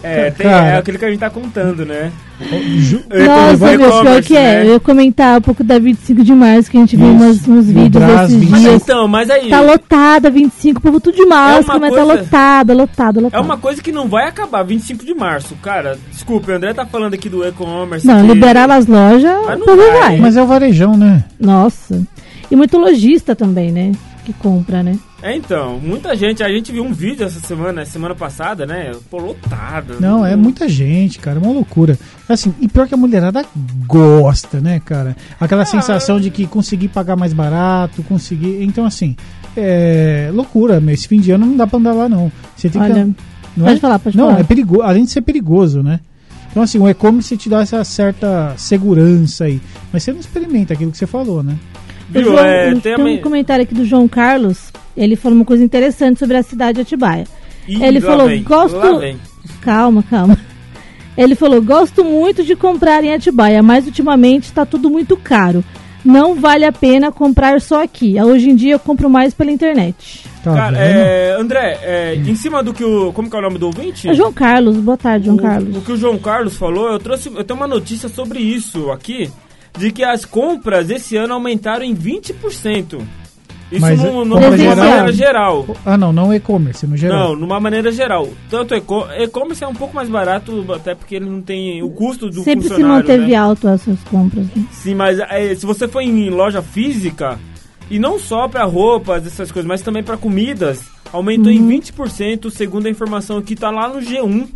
[SPEAKER 2] É, tem,
[SPEAKER 3] Cara.
[SPEAKER 2] é aquilo que a gente tá contando, né?
[SPEAKER 3] Ju-
[SPEAKER 4] Nossa,
[SPEAKER 2] E-commerce,
[SPEAKER 4] meu, pior que é.
[SPEAKER 2] né?
[SPEAKER 4] Eu ia comentar um pouco da 25 de março, que a gente viu
[SPEAKER 3] Isso.
[SPEAKER 4] umas, uns
[SPEAKER 3] No
[SPEAKER 4] vídeos
[SPEAKER 3] Brás,
[SPEAKER 4] esses
[SPEAKER 3] 25.
[SPEAKER 2] Mas
[SPEAKER 4] dias.
[SPEAKER 2] então, mas aí.
[SPEAKER 4] Tá lotada, 25, o povo tudo de máscara,
[SPEAKER 2] uma
[SPEAKER 4] mas
[SPEAKER 2] coisa-
[SPEAKER 4] tá lotada, lotada,
[SPEAKER 2] É
[SPEAKER 4] lotada.
[SPEAKER 2] uma coisa que não vai acabar 25 de março, cara. Desculpe, o André tá falando aqui do e-commerce.
[SPEAKER 4] Não,
[SPEAKER 2] que-
[SPEAKER 4] liberar as lojas,
[SPEAKER 2] Mas não
[SPEAKER 4] o povo
[SPEAKER 2] vai,
[SPEAKER 4] vai.
[SPEAKER 3] Mas é o varejão, né?
[SPEAKER 4] Nossa. E muito lojista também, né? Que compra, né?
[SPEAKER 2] É, então, muita gente. A gente viu um vídeo essa semana, semana passada, né? Pô, lotado.
[SPEAKER 3] Não, é muita gente, cara, é uma loucura. Assim, e pior que a mulherada gosta, né, cara? Aquela
[SPEAKER 4] Ah.
[SPEAKER 3] sensação de que consegui pagar mais barato, consegui. Então, assim, é loucura, meu. Esse fim de ano não dá pra andar lá, não. Você tem
[SPEAKER 4] Olha,
[SPEAKER 3] que. Não
[SPEAKER 4] pode
[SPEAKER 3] é?
[SPEAKER 4] falar, pode
[SPEAKER 3] não,
[SPEAKER 4] falar.
[SPEAKER 3] é perigoso, além de ser perigoso, né? Então, assim, o e-commerce te dá essa certa segurança aí. Mas você não experimenta aquilo que você falou, né?
[SPEAKER 4] O
[SPEAKER 2] Viu?
[SPEAKER 4] João-
[SPEAKER 2] é,
[SPEAKER 4] o-
[SPEAKER 2] tem a
[SPEAKER 4] tem um
[SPEAKER 2] me-
[SPEAKER 4] comentário aqui do João Carlos. Ele falou uma coisa interessante sobre a cidade de Atibaia.
[SPEAKER 2] Ih,
[SPEAKER 4] ele
[SPEAKER 2] lá
[SPEAKER 4] falou,
[SPEAKER 2] vem,
[SPEAKER 4] gosto-
[SPEAKER 2] lá vem.
[SPEAKER 4] Calma, calma. Ele falou: Gosto muito de comprar em Atibaia, mas ultimamente está tudo muito caro. Não vale a pena comprar só aqui. Hoje em dia eu compro mais pela internet.
[SPEAKER 3] Tá
[SPEAKER 2] Cara,
[SPEAKER 3] vendo?
[SPEAKER 4] né?
[SPEAKER 2] é, André, é, em cima do que o. Como que é o nome do ouvinte?
[SPEAKER 4] É João Carlos, boa tarde, João
[SPEAKER 2] O-
[SPEAKER 4] Carlos.
[SPEAKER 2] O que o João Carlos falou, eu trouxe, eu tenho uma notícia sobre isso aqui, de que as compras esse ano aumentaram em 20%. Isso
[SPEAKER 3] Mas
[SPEAKER 2] num-
[SPEAKER 3] é-
[SPEAKER 2] numa
[SPEAKER 4] compra geral?
[SPEAKER 2] maneira geral.
[SPEAKER 3] Ah, não, não e-commerce, no geral.
[SPEAKER 2] Não, numa maneira geral. Tanto eco- e-commerce é um pouco mais barato, até porque ele não tem o custo do
[SPEAKER 4] Sempre se
[SPEAKER 2] funcionário,
[SPEAKER 4] manteve
[SPEAKER 2] né?
[SPEAKER 4] alto as suas compras. né?
[SPEAKER 2] Sim, mas é, se você for em loja física, e não só para roupas, essas coisas, mas também para comidas, aumentou em 20%, segundo a informação que tá lá no G1.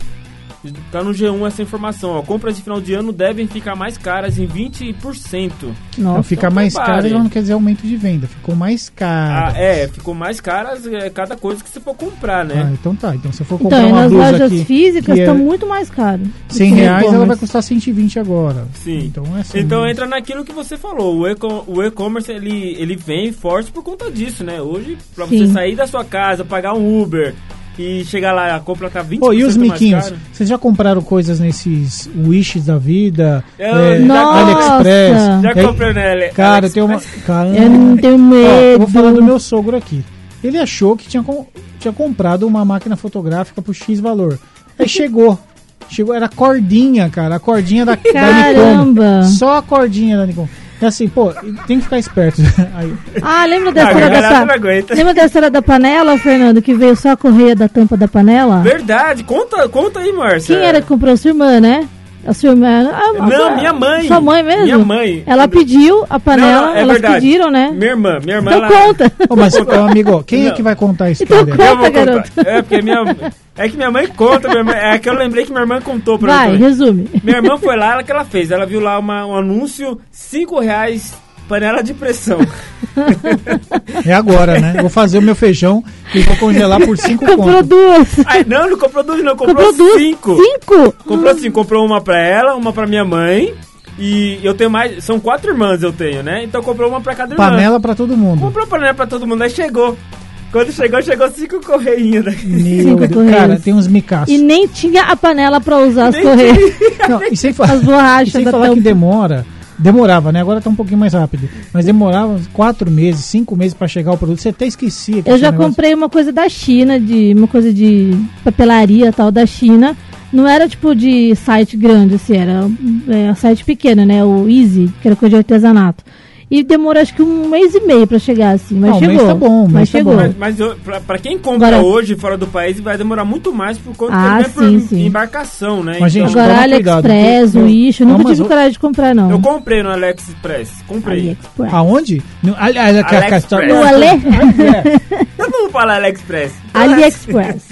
[SPEAKER 2] Tá no G1 essa informação, ó. Compras de final de ano devem ficar mais caras em 20%.
[SPEAKER 4] Nossa.
[SPEAKER 3] Então, ficar mais
[SPEAKER 2] compare.
[SPEAKER 3] caro não quer dizer aumento de venda, ficou mais
[SPEAKER 2] Ah,
[SPEAKER 3] caro.
[SPEAKER 2] é, ficou mais caras é, cada coisa que você for comprar,
[SPEAKER 3] Ah,
[SPEAKER 2] né?
[SPEAKER 3] então tá. Então se eu for comprar
[SPEAKER 4] Então, e
[SPEAKER 3] uma
[SPEAKER 4] nas
[SPEAKER 3] blusa
[SPEAKER 4] lojas
[SPEAKER 3] aqui,
[SPEAKER 4] físicas
[SPEAKER 3] que é
[SPEAKER 4] estão muito mais caros.
[SPEAKER 3] 100 reais, ela vai
[SPEAKER 4] E-commerce.
[SPEAKER 3] custar 120 agora.
[SPEAKER 2] Então, Sim.
[SPEAKER 3] Então é assim.
[SPEAKER 2] Então
[SPEAKER 3] né?
[SPEAKER 2] entra naquilo que você falou, o eco- o e-commerce ele, ele vem forte por conta disso, né? Hoje, pra você
[SPEAKER 4] Sim.
[SPEAKER 2] sair da sua casa, pagar um Uber e chegar lá, a compra tá 20%
[SPEAKER 3] Pô, e os
[SPEAKER 2] mais
[SPEAKER 3] miquinhos?
[SPEAKER 2] cara.
[SPEAKER 3] Vocês já compraram coisas nesses Wishes da vida?
[SPEAKER 2] Eu
[SPEAKER 3] é,
[SPEAKER 2] já-
[SPEAKER 3] AliExpress?
[SPEAKER 2] Já
[SPEAKER 3] E aí-
[SPEAKER 2] comprei na Ale-
[SPEAKER 3] Cara, eu
[SPEAKER 2] Alex-
[SPEAKER 3] tenho uma. Cara,
[SPEAKER 4] Eu não tenho
[SPEAKER 3] Ó, eu
[SPEAKER 4] medo.
[SPEAKER 3] vou falar do meu sogro aqui. Ele achou que tinha, com- tinha comprado uma máquina fotográfica por X valor. Aí chegou. Chegou, era a cordinha, cara. A cordinha da, da
[SPEAKER 4] Caramba.
[SPEAKER 3] Nikon. Só a cordinha da Nikon. É assim, pô, tem que ficar esperto. Aí,
[SPEAKER 4] Ah, lembra da
[SPEAKER 2] Ah,
[SPEAKER 4] história
[SPEAKER 2] Renato
[SPEAKER 4] da
[SPEAKER 2] não
[SPEAKER 4] pa-
[SPEAKER 2] aguenta.
[SPEAKER 4] Lembra da história da panela, Fernando, que veio só a correia da tampa da panela?
[SPEAKER 2] Verdade, conta, conta aí, Márcia.
[SPEAKER 4] Quem era que comprou sua irmã, né? A sua irmã. a- a-
[SPEAKER 2] Não,
[SPEAKER 4] a-
[SPEAKER 2] minha mãe.
[SPEAKER 4] Sua mãe mesmo?
[SPEAKER 2] Minha mãe.
[SPEAKER 4] Ela pediu a panela,
[SPEAKER 2] Não, não, é
[SPEAKER 4] elas
[SPEAKER 2] verdade.
[SPEAKER 4] pediram, né?
[SPEAKER 2] Minha irmã, minha irmã
[SPEAKER 4] Então
[SPEAKER 2] ela-
[SPEAKER 4] conta.
[SPEAKER 3] Ô, mas, ô, amigo, quem é
[SPEAKER 2] Não.
[SPEAKER 3] que vai contar a
[SPEAKER 4] Então
[SPEAKER 3] história?
[SPEAKER 2] Eu
[SPEAKER 4] conta,
[SPEAKER 2] vou contar.
[SPEAKER 4] garoto.
[SPEAKER 2] É porque minha é que minha mãe conta, minha mãe- é que eu lembrei que minha irmã contou pra
[SPEAKER 4] Vai,
[SPEAKER 2] mim.
[SPEAKER 4] resume.
[SPEAKER 2] Minha irmã foi lá, ela que ela fez. Ela viu lá uma- um anúncio, 5 reais, panela de pressão.
[SPEAKER 3] É agora, né? Vou fazer o meu feijão e vou congelar por 5
[SPEAKER 4] Comprou
[SPEAKER 3] conto.
[SPEAKER 4] duas.
[SPEAKER 2] Aí, não, não comprou duas, não, comprou,
[SPEAKER 4] Comprou duas.
[SPEAKER 2] cinco.
[SPEAKER 4] Cinco?
[SPEAKER 2] Comprou cinco, comprou uma pra ela, uma pra minha mãe. E eu tenho mais. São quatro irmãs eu tenho, né? Então comprou uma pra cada irmã.
[SPEAKER 3] Panela pra todo mundo.
[SPEAKER 2] Comprou panela pra todo mundo, aí chegou. Quando chegou, chegou cinco correinhas. né?
[SPEAKER 3] Meu
[SPEAKER 4] Cinco
[SPEAKER 3] Deus. Cara,
[SPEAKER 4] correios.
[SPEAKER 3] tem uns micaços.
[SPEAKER 4] E nem tinha a panela pra usar as
[SPEAKER 2] Nem
[SPEAKER 4] correias.
[SPEAKER 3] Não, e sem falar,
[SPEAKER 4] As borrachas
[SPEAKER 3] e sem
[SPEAKER 4] da
[SPEAKER 3] falar que
[SPEAKER 4] tampa.
[SPEAKER 3] demora. Demorava, né? Agora tá um pouquinho mais rápido. Mas demorava uns quatro meses, cinco meses pra chegar o produto. Você até esquecia. que
[SPEAKER 4] Eu
[SPEAKER 3] tinha um
[SPEAKER 4] já
[SPEAKER 3] negócio.
[SPEAKER 4] comprei uma coisa da China, de uma coisa de papelaria tal da China. Não era tipo de site grande, assim, era é, um site pequeno, né? O Easy, que era coisa de artesanato. E demorou acho que um mês e meio pra chegar, assim, mas
[SPEAKER 3] Ah, um mês
[SPEAKER 4] chegou.
[SPEAKER 3] tá bom, um
[SPEAKER 4] mas
[SPEAKER 3] mês tá
[SPEAKER 4] chegou.
[SPEAKER 3] bom.
[SPEAKER 2] Mas, mas eu- pra, pra quem compra
[SPEAKER 4] Agora-
[SPEAKER 2] hoje fora do país, vai demorar muito mais por conta
[SPEAKER 4] Ah,
[SPEAKER 2] também por
[SPEAKER 4] sim, sim.
[SPEAKER 2] embarcação, né?
[SPEAKER 3] Mas, gente,
[SPEAKER 4] Agora
[SPEAKER 3] toma cuidado,
[SPEAKER 4] AliExpress,
[SPEAKER 3] porque-
[SPEAKER 4] Wish, eu
[SPEAKER 3] Não,
[SPEAKER 4] nunca
[SPEAKER 3] mas
[SPEAKER 4] tive
[SPEAKER 3] o-
[SPEAKER 4] coragem de comprar, não.
[SPEAKER 2] eu comprei no AliExpress. Comprei.
[SPEAKER 4] AliExpress.
[SPEAKER 3] Aonde? No, ali, ali, ali,
[SPEAKER 2] AliExpress.
[SPEAKER 4] No Ale...
[SPEAKER 3] É,
[SPEAKER 2] Eu não vou falar AliExpress.
[SPEAKER 4] AliExpress.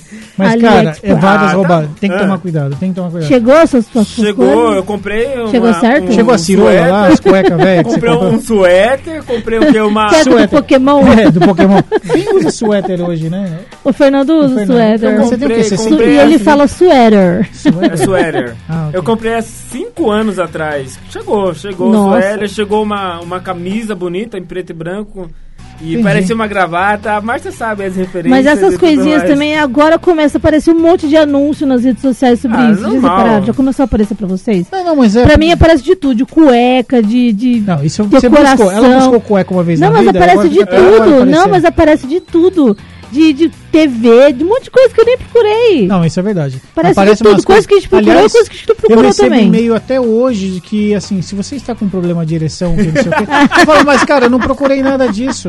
[SPEAKER 3] Mas, cara, é
[SPEAKER 4] AliExpress.
[SPEAKER 3] várias
[SPEAKER 2] Ah, tá.
[SPEAKER 3] roubadas. Tem que
[SPEAKER 2] Ah.
[SPEAKER 3] tomar cuidado, tem que tomar cuidado.
[SPEAKER 4] Chegou essas suas suas
[SPEAKER 2] Chegou,
[SPEAKER 4] coisas?
[SPEAKER 2] eu comprei uma,
[SPEAKER 4] Chegou certo?
[SPEAKER 2] um
[SPEAKER 3] Chegou a cirola
[SPEAKER 2] suéter,
[SPEAKER 3] lá, as cuecas velhas que você
[SPEAKER 2] Comprei
[SPEAKER 3] comprou.
[SPEAKER 2] um suéter, comprei o que? Uma...
[SPEAKER 4] Suéter do
[SPEAKER 3] suéter.
[SPEAKER 4] Pokémon?
[SPEAKER 2] um
[SPEAKER 3] É, do Pokémon. Quem usa suéter hoje, né?
[SPEAKER 4] O Fernando usa
[SPEAKER 3] Fernando.
[SPEAKER 4] suéter.
[SPEAKER 3] Você tem o quê?
[SPEAKER 2] Comprei,
[SPEAKER 3] 60
[SPEAKER 4] Su-
[SPEAKER 2] comprei
[SPEAKER 4] E ele
[SPEAKER 2] assim.
[SPEAKER 4] fala suéter.
[SPEAKER 2] É suéter.
[SPEAKER 3] Ah, ok.
[SPEAKER 2] Eu comprei há cinco anos atrás. Chegou, chegou o
[SPEAKER 4] Nossa.
[SPEAKER 2] suéter, chegou uma, uma camisa bonita em preto e branco. E
[SPEAKER 3] Entendi.
[SPEAKER 2] parecia uma gravata. A Márcia sabe as referências.
[SPEAKER 4] Mas essas
[SPEAKER 2] e tudo
[SPEAKER 4] coisinhas
[SPEAKER 2] mais.
[SPEAKER 4] também agora começa a aparecer um monte de anúncio nas redes sociais sobre
[SPEAKER 2] Ah,
[SPEAKER 4] isso. Vocês
[SPEAKER 2] normal.
[SPEAKER 4] repararam? Já começou a aparecer pra vocês?
[SPEAKER 3] Não, não, mas é.
[SPEAKER 4] Pra mim aparece de tudo, de cueca, de. de...
[SPEAKER 3] Não, isso você
[SPEAKER 4] decoração.
[SPEAKER 3] buscou. Ela buscou cueca uma vez
[SPEAKER 4] Não,
[SPEAKER 3] na
[SPEAKER 4] mas
[SPEAKER 3] vida.
[SPEAKER 4] aparece
[SPEAKER 3] agora
[SPEAKER 4] de
[SPEAKER 3] fica- agora vai
[SPEAKER 4] tudo. Não,
[SPEAKER 3] aparecer.
[SPEAKER 4] mas aparece de tudo. De, de TV, de um monte de coisa que eu nem procurei.
[SPEAKER 3] Não, isso é verdade.
[SPEAKER 4] Parece de tudo,
[SPEAKER 3] umas
[SPEAKER 4] coisa que a gente procurou,
[SPEAKER 3] Aliás,
[SPEAKER 4] coisa que a gente não procurou
[SPEAKER 3] eu recebo
[SPEAKER 4] também.
[SPEAKER 3] e-mail até hoje de que, assim, se você está com problema de ereção, que não sei o quê, eu falo, mas cara, eu não procurei nada disso.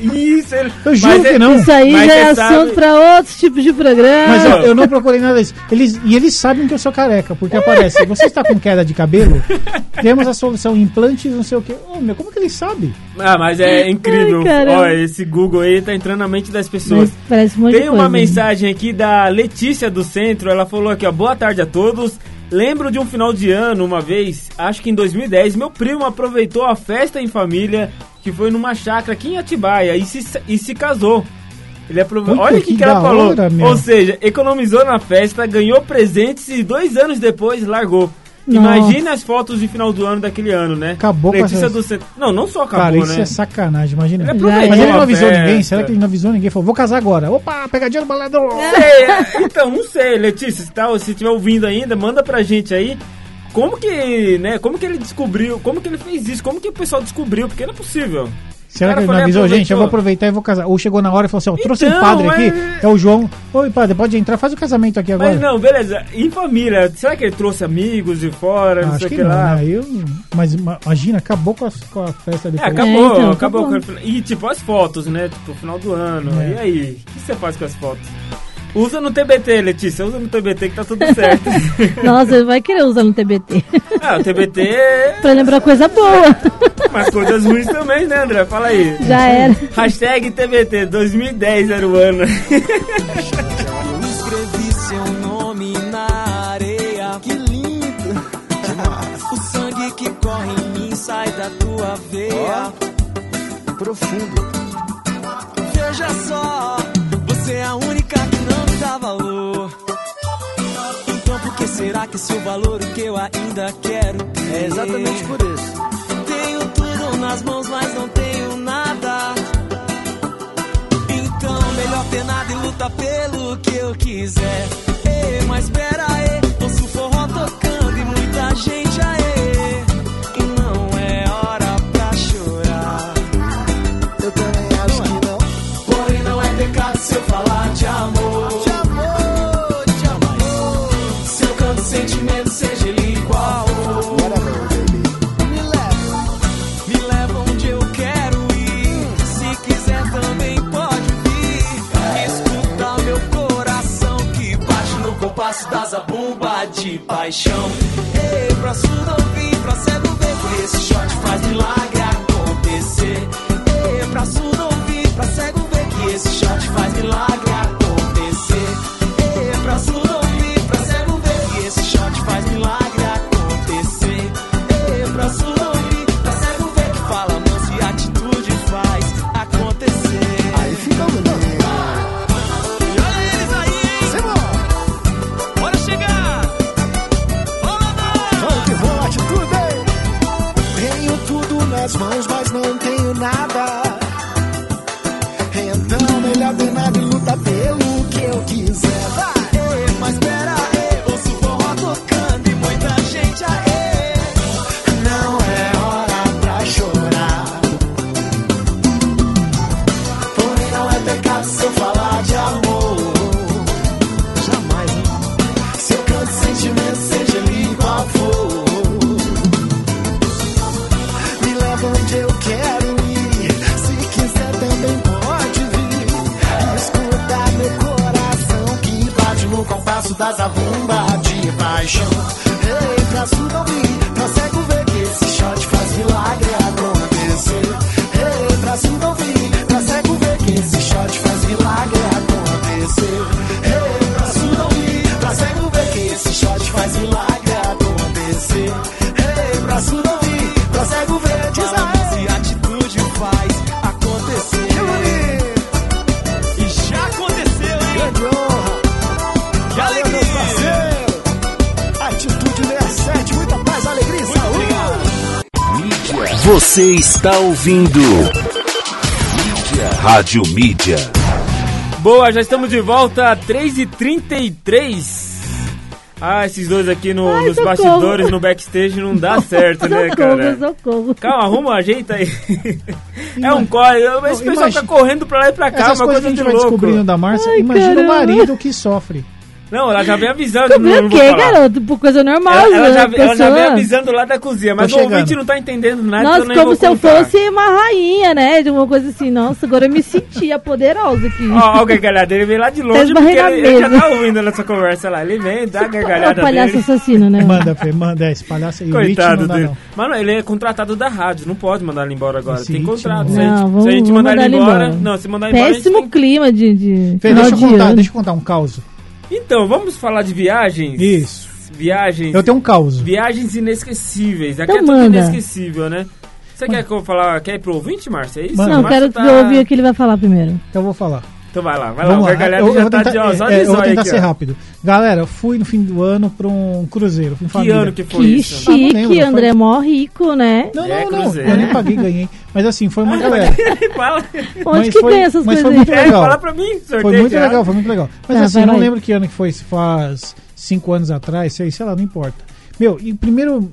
[SPEAKER 2] Isso, ele...
[SPEAKER 3] Eu juro
[SPEAKER 2] mas
[SPEAKER 3] que
[SPEAKER 2] é-
[SPEAKER 3] não.
[SPEAKER 4] Isso aí
[SPEAKER 2] Mas
[SPEAKER 4] já é
[SPEAKER 2] você
[SPEAKER 4] assunto
[SPEAKER 2] sabe-
[SPEAKER 4] pra outros tipos de programa.
[SPEAKER 3] Mas eu, eu não procurei nada disso. Eles, e eles sabem que eu sou careca, porque aparece, você está com queda de cabelo? Temos a solução, implantes, não sei o quê. Ô, meu, como que eles sabem?
[SPEAKER 2] Ah, mas é incrível.
[SPEAKER 4] Ai, caramba.
[SPEAKER 2] Ó, esse Google aí tá entrando na mente das pessoas.
[SPEAKER 4] Mas parece um monte de
[SPEAKER 2] Tem
[SPEAKER 4] coisa.
[SPEAKER 3] né?
[SPEAKER 2] uma mensagem aqui da Letícia do Centro, ela falou aqui, ó, boa tarde a todos. Lembro de um final de ano, uma vez, acho que em 2010, meu primo aproveitou a festa em família, que foi numa chácara aqui em Atibaia, e se, e se casou. Ele aproveitou.
[SPEAKER 3] Puta,
[SPEAKER 2] Olha o que,
[SPEAKER 3] que
[SPEAKER 2] que ela
[SPEAKER 3] da
[SPEAKER 2] falou.
[SPEAKER 3] hora, meu.
[SPEAKER 2] Ou seja, economizou na festa, ganhou presentes e dois anos depois largou. Imagina as fotos de final do ano daquele ano, né?
[SPEAKER 3] Acabou com
[SPEAKER 2] Letícia
[SPEAKER 3] essas-
[SPEAKER 2] do Centro. Não, não só
[SPEAKER 3] Cara,
[SPEAKER 2] acabou,
[SPEAKER 3] isso
[SPEAKER 2] né?
[SPEAKER 3] é sacanagem, imagina.
[SPEAKER 2] Ele É,
[SPEAKER 4] aproveitou
[SPEAKER 3] Mas ele não
[SPEAKER 2] a
[SPEAKER 3] avisou
[SPEAKER 2] festa.
[SPEAKER 3] ninguém? Será que ele não avisou ninguém? Falou, vou casar agora. Opa, pegadinha do baladão.
[SPEAKER 2] Sei, é. então, não sei, Letícia, se tal, se tiver ouvindo ainda, manda pra gente aí. Como que, né, como que ele descobriu, como que ele fez isso, como que o pessoal descobriu, porque não é possível. Cara,
[SPEAKER 3] Será que ele não
[SPEAKER 2] falei,
[SPEAKER 3] avisou? Gente, eu vou
[SPEAKER 2] aproveitou.
[SPEAKER 3] aproveitar e vou casar. Ou chegou na hora e falou assim, ó, trouxe
[SPEAKER 2] Então,
[SPEAKER 3] um padre
[SPEAKER 2] mas-
[SPEAKER 3] aqui, é o João. Oi, padre, pode entrar, faz o casamento aqui agora.
[SPEAKER 2] Mas não, beleza, em família, será que ele trouxe amigos de fora, não
[SPEAKER 3] acho
[SPEAKER 2] sei o
[SPEAKER 3] que
[SPEAKER 2] que,
[SPEAKER 3] não,
[SPEAKER 2] lá?
[SPEAKER 3] né? Eu- mas ma- imagina, acabou com a, com a festa
[SPEAKER 2] É,
[SPEAKER 3] depois.
[SPEAKER 2] acabou,
[SPEAKER 4] É, então,
[SPEAKER 2] acabou.
[SPEAKER 4] acabou.
[SPEAKER 2] E tipo, as fotos, né, tipo, final do ano,
[SPEAKER 3] É.
[SPEAKER 2] e aí? O que você faz com as fotos? Usa no TBT, Letícia, usa no TBT que tá tudo certo.
[SPEAKER 4] Nossa, vai querer usar no TBT.
[SPEAKER 2] ah, o TBT é
[SPEAKER 4] pra lembrar coisa boa.
[SPEAKER 2] umas coisas ruins também, né, André? Fala aí.
[SPEAKER 4] Já era.
[SPEAKER 2] Hashtag TBT 2010 era o ano.
[SPEAKER 8] Eu escrevi seu nome na areia. Que lindo! O sangue que corre em mim sai da tua veia. profundo. Veja só, você é a única que não me dá valor. Então por que será que seu valor o que eu ainda quero ter? É exatamente por isso. Tenho tudo nas mãos, mas não tenho nada. Então, melhor ter nada e lutar pelo que eu quiser. Ei, mas pera aí, ouço forró tocando e muita gente aê. E não é hora pra chorar. Eu também acho que não. Porém, não é pecado se eu falar de amor. De amor, de amor. Se eu canto sentimento, seja ele igual. Me leva. Me leva onde eu quero ir. Se quiser também pode vir. Escuta meu coração que bate no compasso da zabumba de paixão. Ei, pra surdo ouvir, pra cego ver. Por esse shot faz milagre acontecer. Ei, pra surdo ouvir, pra cego ver. Que esse shot faz milagre acontecer. Ei, pra surdo ouvir, pra cego ver. Que esse shot faz milagre acontecer. Ei, pra surdo ouvir, pra cego ver. Que fala manso e atitude faz acontecer. Aí fica bonito. E olha eles aí, hein? Bora chegar! Vamos lá!
[SPEAKER 9] Vamos que vamos, atitude! Tenho tudo nas mãos, mas não tenho nada. Então, melhor ter nada e luta pelo que eu quiser.
[SPEAKER 8] Ei, mas pera aí, ouço forró tocando e muita gente aê.
[SPEAKER 9] Não é hora pra chorar. Porém, não é pecado se eu falar de amor. Jamais, hein? Se eu canto sentimento, seja ele qual for. Me leva onde eu quero ir. Se quiser, também pode vir. Escuta meu coração que bate no compasso da zabumba de paixão. Ei, pra surdo ouvir, pra cego ver que esse shot faz milagre acontecer. Ei, pra surdo ouvir, pra cego ver que esse shot faz milagre acontecer. Ei, pra surdo ouvir, pra cego ver que esse shot faz milagre acontecer. Ei, pra surdo ouvir, pra cego ver, diz
[SPEAKER 8] Fala
[SPEAKER 9] aí.
[SPEAKER 8] se atitude faz acontecer.
[SPEAKER 9] Que bonito,
[SPEAKER 8] E já aconteceu, hein?
[SPEAKER 9] que honra.
[SPEAKER 8] Que alegria!
[SPEAKER 9] Meus parceiros, Atitude 67, muita paz, alegria e
[SPEAKER 8] Muito
[SPEAKER 9] saúde.
[SPEAKER 8] obrigado!
[SPEAKER 10] Você está ouvindo Rádio Mídia.
[SPEAKER 2] Boa, já estamos de volta, 3h33. Ah, esses dois aqui no-
[SPEAKER 4] Ai,
[SPEAKER 2] nos
[SPEAKER 4] socorro.
[SPEAKER 2] bastidores, no backstage, não dá certo, né, cara?
[SPEAKER 4] socorro, socorro.
[SPEAKER 2] Calma, arruma, ajeita aí. É um código. Esse pessoal
[SPEAKER 3] imagina-
[SPEAKER 2] tá correndo pra lá e pra cá,
[SPEAKER 3] Essas
[SPEAKER 2] uma coisa
[SPEAKER 3] coisas que a gente
[SPEAKER 2] de
[SPEAKER 3] vai
[SPEAKER 2] louco.
[SPEAKER 3] descobrindo da Márcia,
[SPEAKER 4] Ai,
[SPEAKER 3] imagina
[SPEAKER 4] caramba.
[SPEAKER 3] o marido que sofre.
[SPEAKER 2] Não, ela já vem avisando.
[SPEAKER 4] Descobrir
[SPEAKER 2] não,
[SPEAKER 4] o
[SPEAKER 2] não
[SPEAKER 4] quê,
[SPEAKER 2] vou falar.
[SPEAKER 4] garoto? Por coisa normal,
[SPEAKER 2] Ela, ela já,
[SPEAKER 4] né,
[SPEAKER 2] ela já vem
[SPEAKER 4] pessoa.
[SPEAKER 2] avisando lá da cozinha, mas
[SPEAKER 3] Tô
[SPEAKER 2] o
[SPEAKER 3] chegando.
[SPEAKER 2] ouvinte não tá entendendo nada. então eu
[SPEAKER 4] Nossa,
[SPEAKER 2] nem
[SPEAKER 4] como
[SPEAKER 2] vou
[SPEAKER 4] se eu
[SPEAKER 2] contar.
[SPEAKER 4] fosse uma rainha, né? De uma coisa assim, nossa, agora eu me sentia poderosa aqui.
[SPEAKER 2] Ó, ó, o gargalhada, ele veio lá de longe
[SPEAKER 4] Fez
[SPEAKER 2] porque
[SPEAKER 4] barreira
[SPEAKER 2] ele, ele já
[SPEAKER 4] mesmo.
[SPEAKER 2] tá ouvindo a nossa conversa lá. Ele vem, dá a
[SPEAKER 4] É o
[SPEAKER 2] gargalhada
[SPEAKER 4] palhaço
[SPEAKER 2] dele.
[SPEAKER 4] assassino, né?
[SPEAKER 3] Manda, Fê, manda. É, esse palhaço aí, o It
[SPEAKER 2] Coitado
[SPEAKER 3] não dá
[SPEAKER 2] dele.
[SPEAKER 3] não.
[SPEAKER 2] Mano, ele é contratado da rádio, não pode mandar ele embora agora.
[SPEAKER 3] Esse
[SPEAKER 2] tem
[SPEAKER 3] ritmo.
[SPEAKER 2] contrato. se, a gente,
[SPEAKER 4] Não, vamos,
[SPEAKER 2] se a gente
[SPEAKER 4] vamos
[SPEAKER 2] mandar, ele embora.
[SPEAKER 4] embora.
[SPEAKER 2] Não, se mandar ele embora. a gente
[SPEAKER 4] Péssimo
[SPEAKER 2] tem que-
[SPEAKER 4] clima de, de
[SPEAKER 3] Fê,
[SPEAKER 4] final
[SPEAKER 3] deixa eu
[SPEAKER 4] de
[SPEAKER 3] contar,
[SPEAKER 4] ano.
[SPEAKER 3] deixa eu contar um caos.
[SPEAKER 2] Então, vamos falar de viagens?
[SPEAKER 3] Isso.
[SPEAKER 2] Viagens.
[SPEAKER 3] Eu tenho um caos.
[SPEAKER 2] Viagens inesquecíveis. Aqui
[SPEAKER 4] Então
[SPEAKER 2] é tudo
[SPEAKER 4] manda.
[SPEAKER 2] inesquecível, né? Você quer que eu falar? Quer ir pro ouvinte, Márcia? É isso?
[SPEAKER 3] Manda.
[SPEAKER 4] Não,
[SPEAKER 2] Márcia
[SPEAKER 4] quero
[SPEAKER 2] tá-
[SPEAKER 4] ouvir o que ele vai falar primeiro.
[SPEAKER 3] Então eu vou falar.
[SPEAKER 2] Então vai lá, vai lá. O
[SPEAKER 3] Vamos lá.
[SPEAKER 2] gargalhada
[SPEAKER 3] Eu, eu
[SPEAKER 2] já
[SPEAKER 3] vou
[SPEAKER 2] tá
[SPEAKER 3] tentar,
[SPEAKER 2] de ó, só
[SPEAKER 3] é,
[SPEAKER 2] de
[SPEAKER 3] eu vou
[SPEAKER 2] zóio
[SPEAKER 3] tentar
[SPEAKER 2] aqui,
[SPEAKER 3] ser
[SPEAKER 2] ó.
[SPEAKER 3] rápido. Galera, fui no fim do ano pra um cruzeiro. Fui em
[SPEAKER 2] Que
[SPEAKER 3] família.
[SPEAKER 2] ano que foi
[SPEAKER 4] Que
[SPEAKER 2] isso?
[SPEAKER 3] Ah, não lembro,
[SPEAKER 4] chique,
[SPEAKER 3] foi-
[SPEAKER 4] André, mó rico, né?
[SPEAKER 3] Não,
[SPEAKER 2] É,
[SPEAKER 3] não, não.
[SPEAKER 2] cruzeiro. Ah, é
[SPEAKER 3] Eu nem paguei, ganhei. Mas assim, foi uma galera.
[SPEAKER 2] Fala.
[SPEAKER 4] Onde
[SPEAKER 3] Mas
[SPEAKER 4] que
[SPEAKER 3] foi-
[SPEAKER 4] ganha essas
[SPEAKER 3] mas
[SPEAKER 4] coisas
[SPEAKER 3] foi muito
[SPEAKER 4] aí?
[SPEAKER 2] É,
[SPEAKER 3] Legal.
[SPEAKER 2] fala pra mim, sorteio.
[SPEAKER 3] Foi muito
[SPEAKER 2] já.
[SPEAKER 3] legal, foi muito legal. Mas
[SPEAKER 4] Tá,
[SPEAKER 3] assim, eu
[SPEAKER 4] vai
[SPEAKER 3] não
[SPEAKER 4] lá.
[SPEAKER 3] lembro que ano que foi, se faz cinco anos atrás, sei, sei lá, não importa. Meu, e primeiro.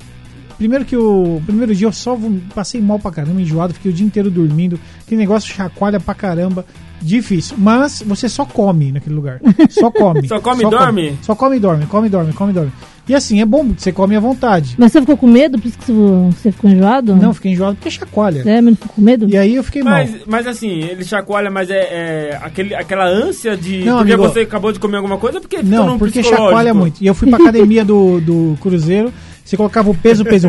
[SPEAKER 3] Primeiro que o primeiro dia eu só vom- passei mal pra caramba, enjoado, fiquei o dia inteiro dormindo, que negócio chacoalha pra caramba, difícil. Mas você só come naquele lugar. Só come.
[SPEAKER 2] Só come e dorme?
[SPEAKER 3] Só come e dorme, come e dorme, come e dorme. E assim, é bom que você come à vontade.
[SPEAKER 4] Mas você ficou com medo? Por isso que você- você ficou enjoado?
[SPEAKER 3] Não, fiquei enjoado porque chacoalha.
[SPEAKER 4] É, mas não ficou com medo?
[SPEAKER 3] E aí eu fiquei mal.
[SPEAKER 2] Mas, mas assim, ele chacoalha, mas é, é aquele, aquela ânsia de.
[SPEAKER 3] Não,
[SPEAKER 2] porque
[SPEAKER 3] amigo,
[SPEAKER 2] você acabou de comer alguma coisa ou porque fica
[SPEAKER 3] Não,
[SPEAKER 2] num
[SPEAKER 3] porque
[SPEAKER 2] psicológico?
[SPEAKER 3] chacoalha muito. E eu fui pra academia do, do Cruzeiro, você colocava o peso, o peso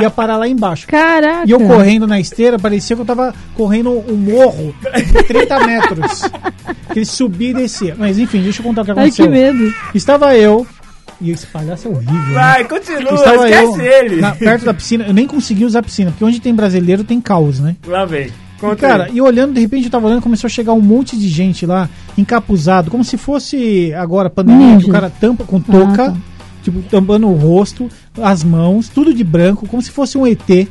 [SPEAKER 3] ia parar lá embaixo.
[SPEAKER 4] Caraca.
[SPEAKER 3] E eu correndo na esteira, parecia que eu tava correndo um morro de 30 metros. Que ele subia e descia. Mas enfim, deixa eu contar o que
[SPEAKER 4] Ai,
[SPEAKER 3] aconteceu.
[SPEAKER 4] que medo.
[SPEAKER 3] Estava eu. E esse palhaço é horrível. né?
[SPEAKER 2] Vai, continua,
[SPEAKER 3] Estava
[SPEAKER 2] esquece
[SPEAKER 3] eu
[SPEAKER 2] ele.
[SPEAKER 3] na- perto da piscina. Eu nem consegui usar a piscina, porque onde tem brasileiro tem caos, né?
[SPEAKER 2] Lá vem.
[SPEAKER 3] E,
[SPEAKER 2] Conta
[SPEAKER 3] cara,
[SPEAKER 2] aí.
[SPEAKER 3] e olhando, de repente eu tava olhando, começou a chegar um monte de gente lá, encapuzado, como se fosse agora pandemia,
[SPEAKER 4] Ninja.
[SPEAKER 3] que o cara tampa com touca,
[SPEAKER 4] Ah, tá.
[SPEAKER 3] tipo, tampando o rosto, as mãos, tudo de branco, como se fosse um ET,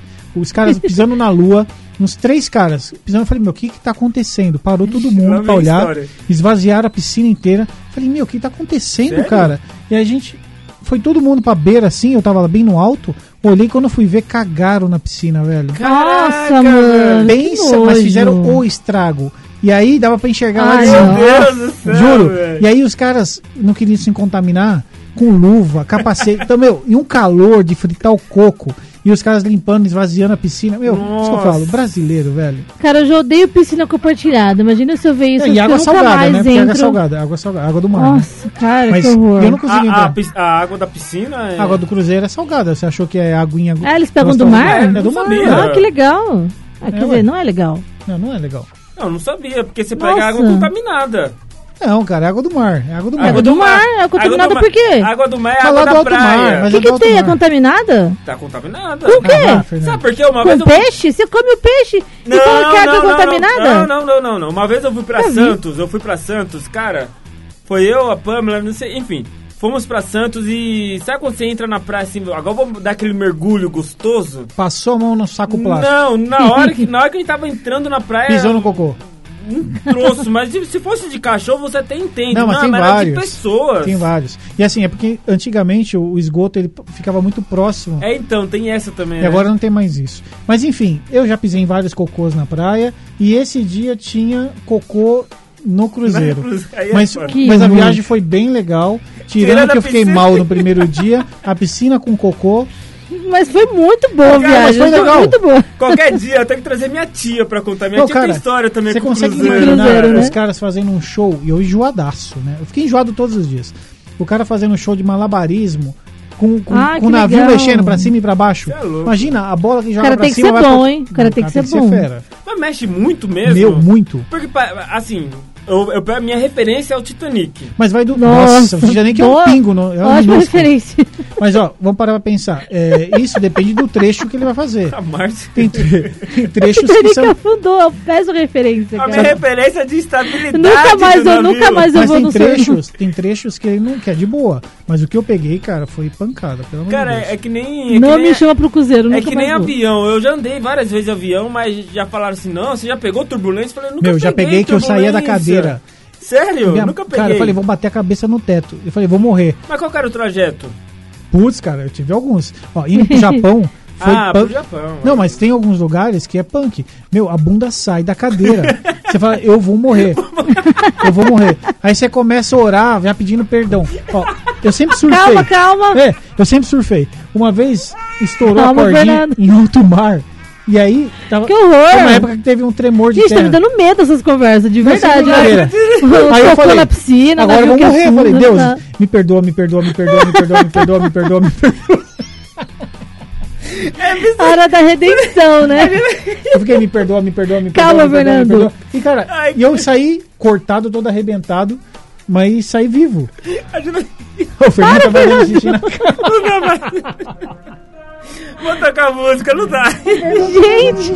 [SPEAKER 3] os caras pisando na lua, uns três caras pisando. Eu falei, meu, o que que tá acontecendo? Parou todo
[SPEAKER 2] Lá
[SPEAKER 3] mundo
[SPEAKER 2] vem
[SPEAKER 3] pra
[SPEAKER 2] a
[SPEAKER 3] olhar,
[SPEAKER 2] história.
[SPEAKER 3] esvaziaram a piscina inteira. Eu Falei, meu, o que tá acontecendo,
[SPEAKER 2] Sério?
[SPEAKER 3] cara? E a gente. Foi todo mundo pra beira assim, eu tava lá bem no alto. Olhei quando eu fui ver, cagaram na piscina, velho.
[SPEAKER 4] Nossa, mano. que
[SPEAKER 3] Pensa,
[SPEAKER 4] nojo.
[SPEAKER 3] mas fizeram o estrago. E aí dava pra enxergar lá
[SPEAKER 4] Ai,
[SPEAKER 3] de cima.
[SPEAKER 4] ó.
[SPEAKER 2] Meu Deus do céu.
[SPEAKER 3] Juro.
[SPEAKER 2] velho.
[SPEAKER 3] E aí os caras não queriam se contaminar com luva, capacete. Então, meu, e um calor de fritar o coco. E os caras limpando, esvaziando a piscina. Meu, isso que eu
[SPEAKER 2] Nossa.
[SPEAKER 3] falo, brasileiro, velho.
[SPEAKER 4] Cara, eu já odeio piscina compartilhada. Imagina se eu ver isso.
[SPEAKER 3] e
[SPEAKER 4] eu
[SPEAKER 3] água
[SPEAKER 4] nunca
[SPEAKER 3] salgada,
[SPEAKER 4] mais
[SPEAKER 3] né? Porque
[SPEAKER 4] entro.
[SPEAKER 3] água salgada, água salgada, água do mar. né?
[SPEAKER 4] Nossa, cara,
[SPEAKER 3] Mas
[SPEAKER 4] que horror. Ah,
[SPEAKER 3] eu não consegui
[SPEAKER 2] A, a
[SPEAKER 3] entrar.
[SPEAKER 2] pis- a água da piscina é.
[SPEAKER 3] A água do cruzeiro é salgada. Você achou que é aguinha...
[SPEAKER 4] Ah, eles pegam do
[SPEAKER 3] gostosa?
[SPEAKER 4] mar?
[SPEAKER 3] É do mar.
[SPEAKER 2] sabia.
[SPEAKER 4] Ah, que legal. Ah, quer
[SPEAKER 3] É,
[SPEAKER 4] dizer,
[SPEAKER 3] ué.
[SPEAKER 4] não é legal.
[SPEAKER 3] Não, não é legal.
[SPEAKER 2] Não, não sabia, porque você pega
[SPEAKER 4] Nossa.
[SPEAKER 2] água contaminada.
[SPEAKER 3] Não, cara, é água do mar. É água do mar.
[SPEAKER 4] Água do mar, é contaminada por quê?
[SPEAKER 2] Água do mar é
[SPEAKER 3] Tá
[SPEAKER 2] água
[SPEAKER 3] lá do
[SPEAKER 2] da
[SPEAKER 3] alto
[SPEAKER 2] praia.
[SPEAKER 3] mar, mas
[SPEAKER 4] O que,
[SPEAKER 3] é do
[SPEAKER 4] que
[SPEAKER 3] alto
[SPEAKER 4] tem? É
[SPEAKER 3] mar.
[SPEAKER 4] contaminada?
[SPEAKER 2] Tá contaminada.
[SPEAKER 4] Com o quê?
[SPEAKER 3] Ah, vá, Fernando.
[SPEAKER 2] Sabe por quê? Uma vez
[SPEAKER 4] Com
[SPEAKER 2] eu
[SPEAKER 4] peixe? Você come o peixe e
[SPEAKER 3] Então,
[SPEAKER 4] fala que é água
[SPEAKER 2] Não,
[SPEAKER 4] contaminada?
[SPEAKER 2] não, não, não, não. Uma vez eu fui pra
[SPEAKER 4] Nunca vi.
[SPEAKER 2] Santos, eu fui pra Santos, cara. Foi eu, a Pamela, não sei, enfim. Fomos pra Santos e sabe quando você entra na praia assim, agora vamos dar aquele mergulho gostoso?
[SPEAKER 3] Passou a mão no saco plástico.
[SPEAKER 2] Não, na hora que na hora que a gente tava entrando na praia,
[SPEAKER 3] Pisou no cocô.
[SPEAKER 2] um troço, mas de- se fosse de cachorro você até entende,
[SPEAKER 3] Não, mas tem
[SPEAKER 2] era de
[SPEAKER 3] vários.
[SPEAKER 2] pessoas.
[SPEAKER 3] Tem vários. E assim, é porque antigamente o o esgoto ele p- ficava muito próximo.
[SPEAKER 2] É então, tem essa também.
[SPEAKER 3] E agora não tem mais isso. Mas enfim, eu já pisei em vários cocôs na praia e esse dia tinha cocô no cruzeiro.
[SPEAKER 2] Aí é
[SPEAKER 3] Mas,
[SPEAKER 2] foda.
[SPEAKER 4] Que
[SPEAKER 3] mas a
[SPEAKER 4] ruim.
[SPEAKER 3] viagem foi bem legal. Tirando
[SPEAKER 2] Tirando a
[SPEAKER 3] que eu fiquei
[SPEAKER 2] piscina.
[SPEAKER 3] mal no primeiro dia, a piscina com cocô.
[SPEAKER 4] Mas foi muito boa a
[SPEAKER 2] Cara, mas
[SPEAKER 4] viagem.
[SPEAKER 3] foi legal.
[SPEAKER 4] Muito boa.
[SPEAKER 2] Qualquer dia eu tenho que trazer minha tia pra contar. Minha
[SPEAKER 3] Não,
[SPEAKER 2] tia
[SPEAKER 3] cara,
[SPEAKER 2] tem história também
[SPEAKER 3] Você
[SPEAKER 2] com
[SPEAKER 3] consegue
[SPEAKER 2] cruzeiro.
[SPEAKER 3] imaginar
[SPEAKER 4] Cruzeiro, né?
[SPEAKER 3] os caras fazendo um show e eu enjoadaço, né? Eu fiquei enjoado todos os dias. O cara fazendo um show de malabarismo com, com,
[SPEAKER 4] Ah,
[SPEAKER 3] com o
[SPEAKER 4] que
[SPEAKER 3] navio
[SPEAKER 4] legal.
[SPEAKER 3] mexendo pra cima e pra baixo.
[SPEAKER 2] Você é louco.
[SPEAKER 3] Imagina a bola que joga
[SPEAKER 4] cara
[SPEAKER 3] pra
[SPEAKER 4] tem que
[SPEAKER 3] cima.
[SPEAKER 4] ser
[SPEAKER 3] vai
[SPEAKER 4] bom,
[SPEAKER 3] pro-
[SPEAKER 4] hein? O cara tem que ser bom.
[SPEAKER 3] fera.
[SPEAKER 2] Mas mexe muito mesmo.
[SPEAKER 3] Meu, muito.
[SPEAKER 2] Porque, pa- assim, eu, eu, a minha referência é o Titanic.
[SPEAKER 3] Mas vai do.
[SPEAKER 4] Nossa,
[SPEAKER 3] Nossa, não tinha nem que é um
[SPEAKER 4] boa.
[SPEAKER 3] pingo. Não, é um
[SPEAKER 4] Ótima
[SPEAKER 3] minúsculo.
[SPEAKER 4] referência.
[SPEAKER 3] Mas ó, vamos parar pra pensar. É, isso depende do trecho que ele vai fazer.
[SPEAKER 2] A Márcia.
[SPEAKER 3] Tem, tre- tem trechos que
[SPEAKER 4] Titanic
[SPEAKER 3] são.
[SPEAKER 4] afundou. Eu peço referência,
[SPEAKER 3] Ah,
[SPEAKER 2] A minha
[SPEAKER 4] cara.
[SPEAKER 2] referência é de estabilidade.
[SPEAKER 4] Nunca mais,
[SPEAKER 2] do
[SPEAKER 4] eu
[SPEAKER 2] navio.
[SPEAKER 4] nunca mais eu
[SPEAKER 3] Mas
[SPEAKER 4] vou
[SPEAKER 3] tem
[SPEAKER 4] no seu.
[SPEAKER 3] trechos, tem trechos que ele não quer de boa. Mas o que eu peguei, cara, foi pancada, pelo amor
[SPEAKER 2] Cara,
[SPEAKER 3] de Deus.
[SPEAKER 2] é, é que nem. É
[SPEAKER 4] Não
[SPEAKER 2] que nem,
[SPEAKER 4] me chama pro cruzeiro,
[SPEAKER 2] é
[SPEAKER 4] nunca
[SPEAKER 2] que
[SPEAKER 4] mais
[SPEAKER 2] nem
[SPEAKER 4] vou.
[SPEAKER 2] avião. Eu já andei várias vezes de avião, mas já falaram assim: não, você já pegou turbulência? Eu falei, nunca
[SPEAKER 3] Meu, já peguei que eu saía da
[SPEAKER 2] turbulência.
[SPEAKER 3] cadeira.
[SPEAKER 2] Sério?
[SPEAKER 3] Minha-
[SPEAKER 2] nunca peguei.
[SPEAKER 3] Cara, eu falei, vou bater a cabeça no teto. Eu falei, vou morrer.
[SPEAKER 2] Mas qual que era o trajeto?
[SPEAKER 3] Putz, cara, eu tive alguns. Ó, indo pro Japão. Foi
[SPEAKER 2] ah,
[SPEAKER 3] punk.
[SPEAKER 2] pro Japão.
[SPEAKER 3] Não, mas tem alguns lugares que é punk. Meu, a bunda sai da cadeira. Você fala, eu vou morrer. eu vou morrer. Aí você começa a orar, já pedindo perdão. Ó, eu sempre surfei.
[SPEAKER 4] Calma, calma.
[SPEAKER 3] É, eu sempre surfei. Uma vez estourou
[SPEAKER 4] Calma,
[SPEAKER 3] a cordinha
[SPEAKER 4] Fernando.
[SPEAKER 3] em alto mar. E aí, tava.
[SPEAKER 4] Que horror.
[SPEAKER 3] Foi uma época que teve um tremor de
[SPEAKER 4] Gente, tá
[SPEAKER 3] terra.
[SPEAKER 4] me dando medo essas conversas, de
[SPEAKER 3] Mas
[SPEAKER 4] verdade. né?
[SPEAKER 3] sem brincadeira.
[SPEAKER 4] Eu
[SPEAKER 3] Aí eu
[SPEAKER 4] tô
[SPEAKER 3] falei,
[SPEAKER 4] na piscina,
[SPEAKER 3] agora eu
[SPEAKER 4] navio
[SPEAKER 3] vou
[SPEAKER 4] que
[SPEAKER 3] morrer. Eu
[SPEAKER 4] afunda,
[SPEAKER 3] falei, Deus,
[SPEAKER 4] tá.
[SPEAKER 3] me perdoa, me perdoa, me perdoa, me perdoa, me perdoa, me perdoa, me perdoa.
[SPEAKER 4] Hora da redenção, né?
[SPEAKER 3] Eu fiquei, me perdoa, me perdoa, me perdoa.
[SPEAKER 4] Calma,
[SPEAKER 3] me perdoa, me
[SPEAKER 4] Fernando.
[SPEAKER 3] perdoa. E, cara,
[SPEAKER 2] Ai,
[SPEAKER 3] e eu saí cortado, todo arrebentado, mas saí vivo. O Fernando tava dando xixi na cara.
[SPEAKER 2] Não dá mais. Vou tocar a música, não dá.
[SPEAKER 4] Gente!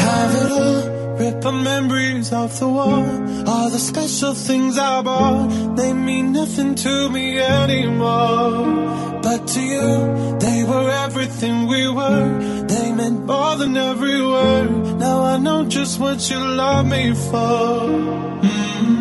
[SPEAKER 8] Have it all, rip The memories of the war are the special things I bought. They mean nothing to me anymore. But to you, they were everything we were. They meant more than every word. Now I know just what you love me for.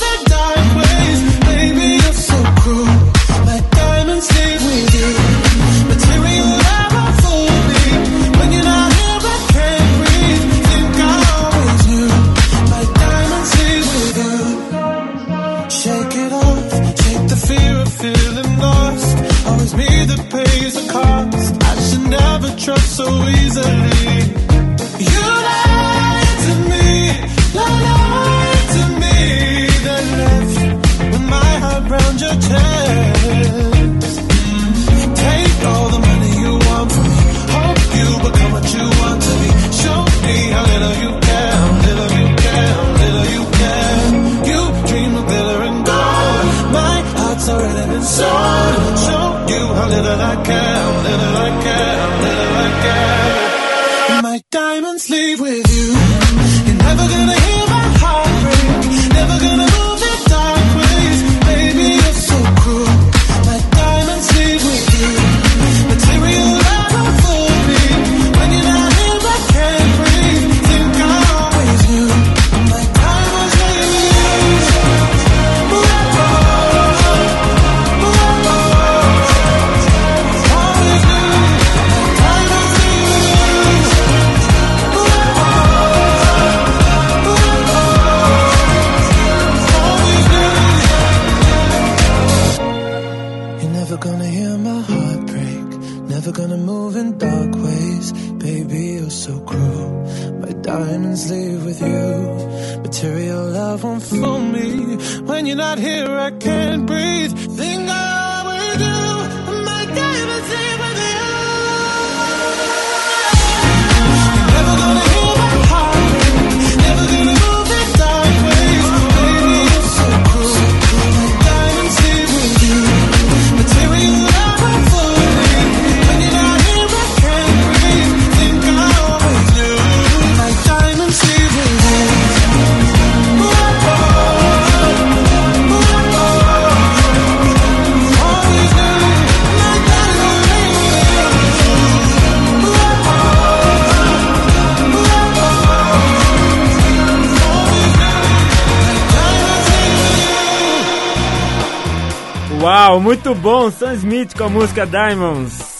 [SPEAKER 8] that dark ways. Baby, you're so cruel. My diamonds leave with you. Material never fooled me. When you're not here, I can't breathe. Think I always knew. My diamonds leave with you. Shake it off, shake the fear of feeling lost. Always me that pays the cost. I should never trust so easily. You lied to me, lied to me, then left with my heart round your chest. Take all the money you want from me. Hope you become what you want to be. Show me how little you care, how little you care, how little you care. You dream of glitter and gold. My heart's already been sold. Show you how little I care, how little I care, how little I care. My diamonds leave with you. You're never gonna hear my heart break. Never gonna move in dark ways. Baby, you're so cruel. My diamonds leave with you. Material never fooled me. When you're not here, I can't breathe. Think I always knew. My diamonds leave with you. Forever, forever. Always knew. My diamonds leave with you. You're never gonna hear my heart break. Never gonna move in dark ways. Baby, you're so cruel. My diamonds leave with you. Material love won't fool me. When you're not here, I can't breathe. Think I always do. My diamonds leave with you. You're never gonna hear my heart break. Never gonna move in dark ways. Baby, you're so cruel. My diamonds leave with you. Material never fooled me. When you're not here, I can't breathe. Think I always knew. My diamonds leave with you. Always knew. My diamonds leave with you.
[SPEAKER 2] Uau, muito bom, Sam Smith com a música Diamonds.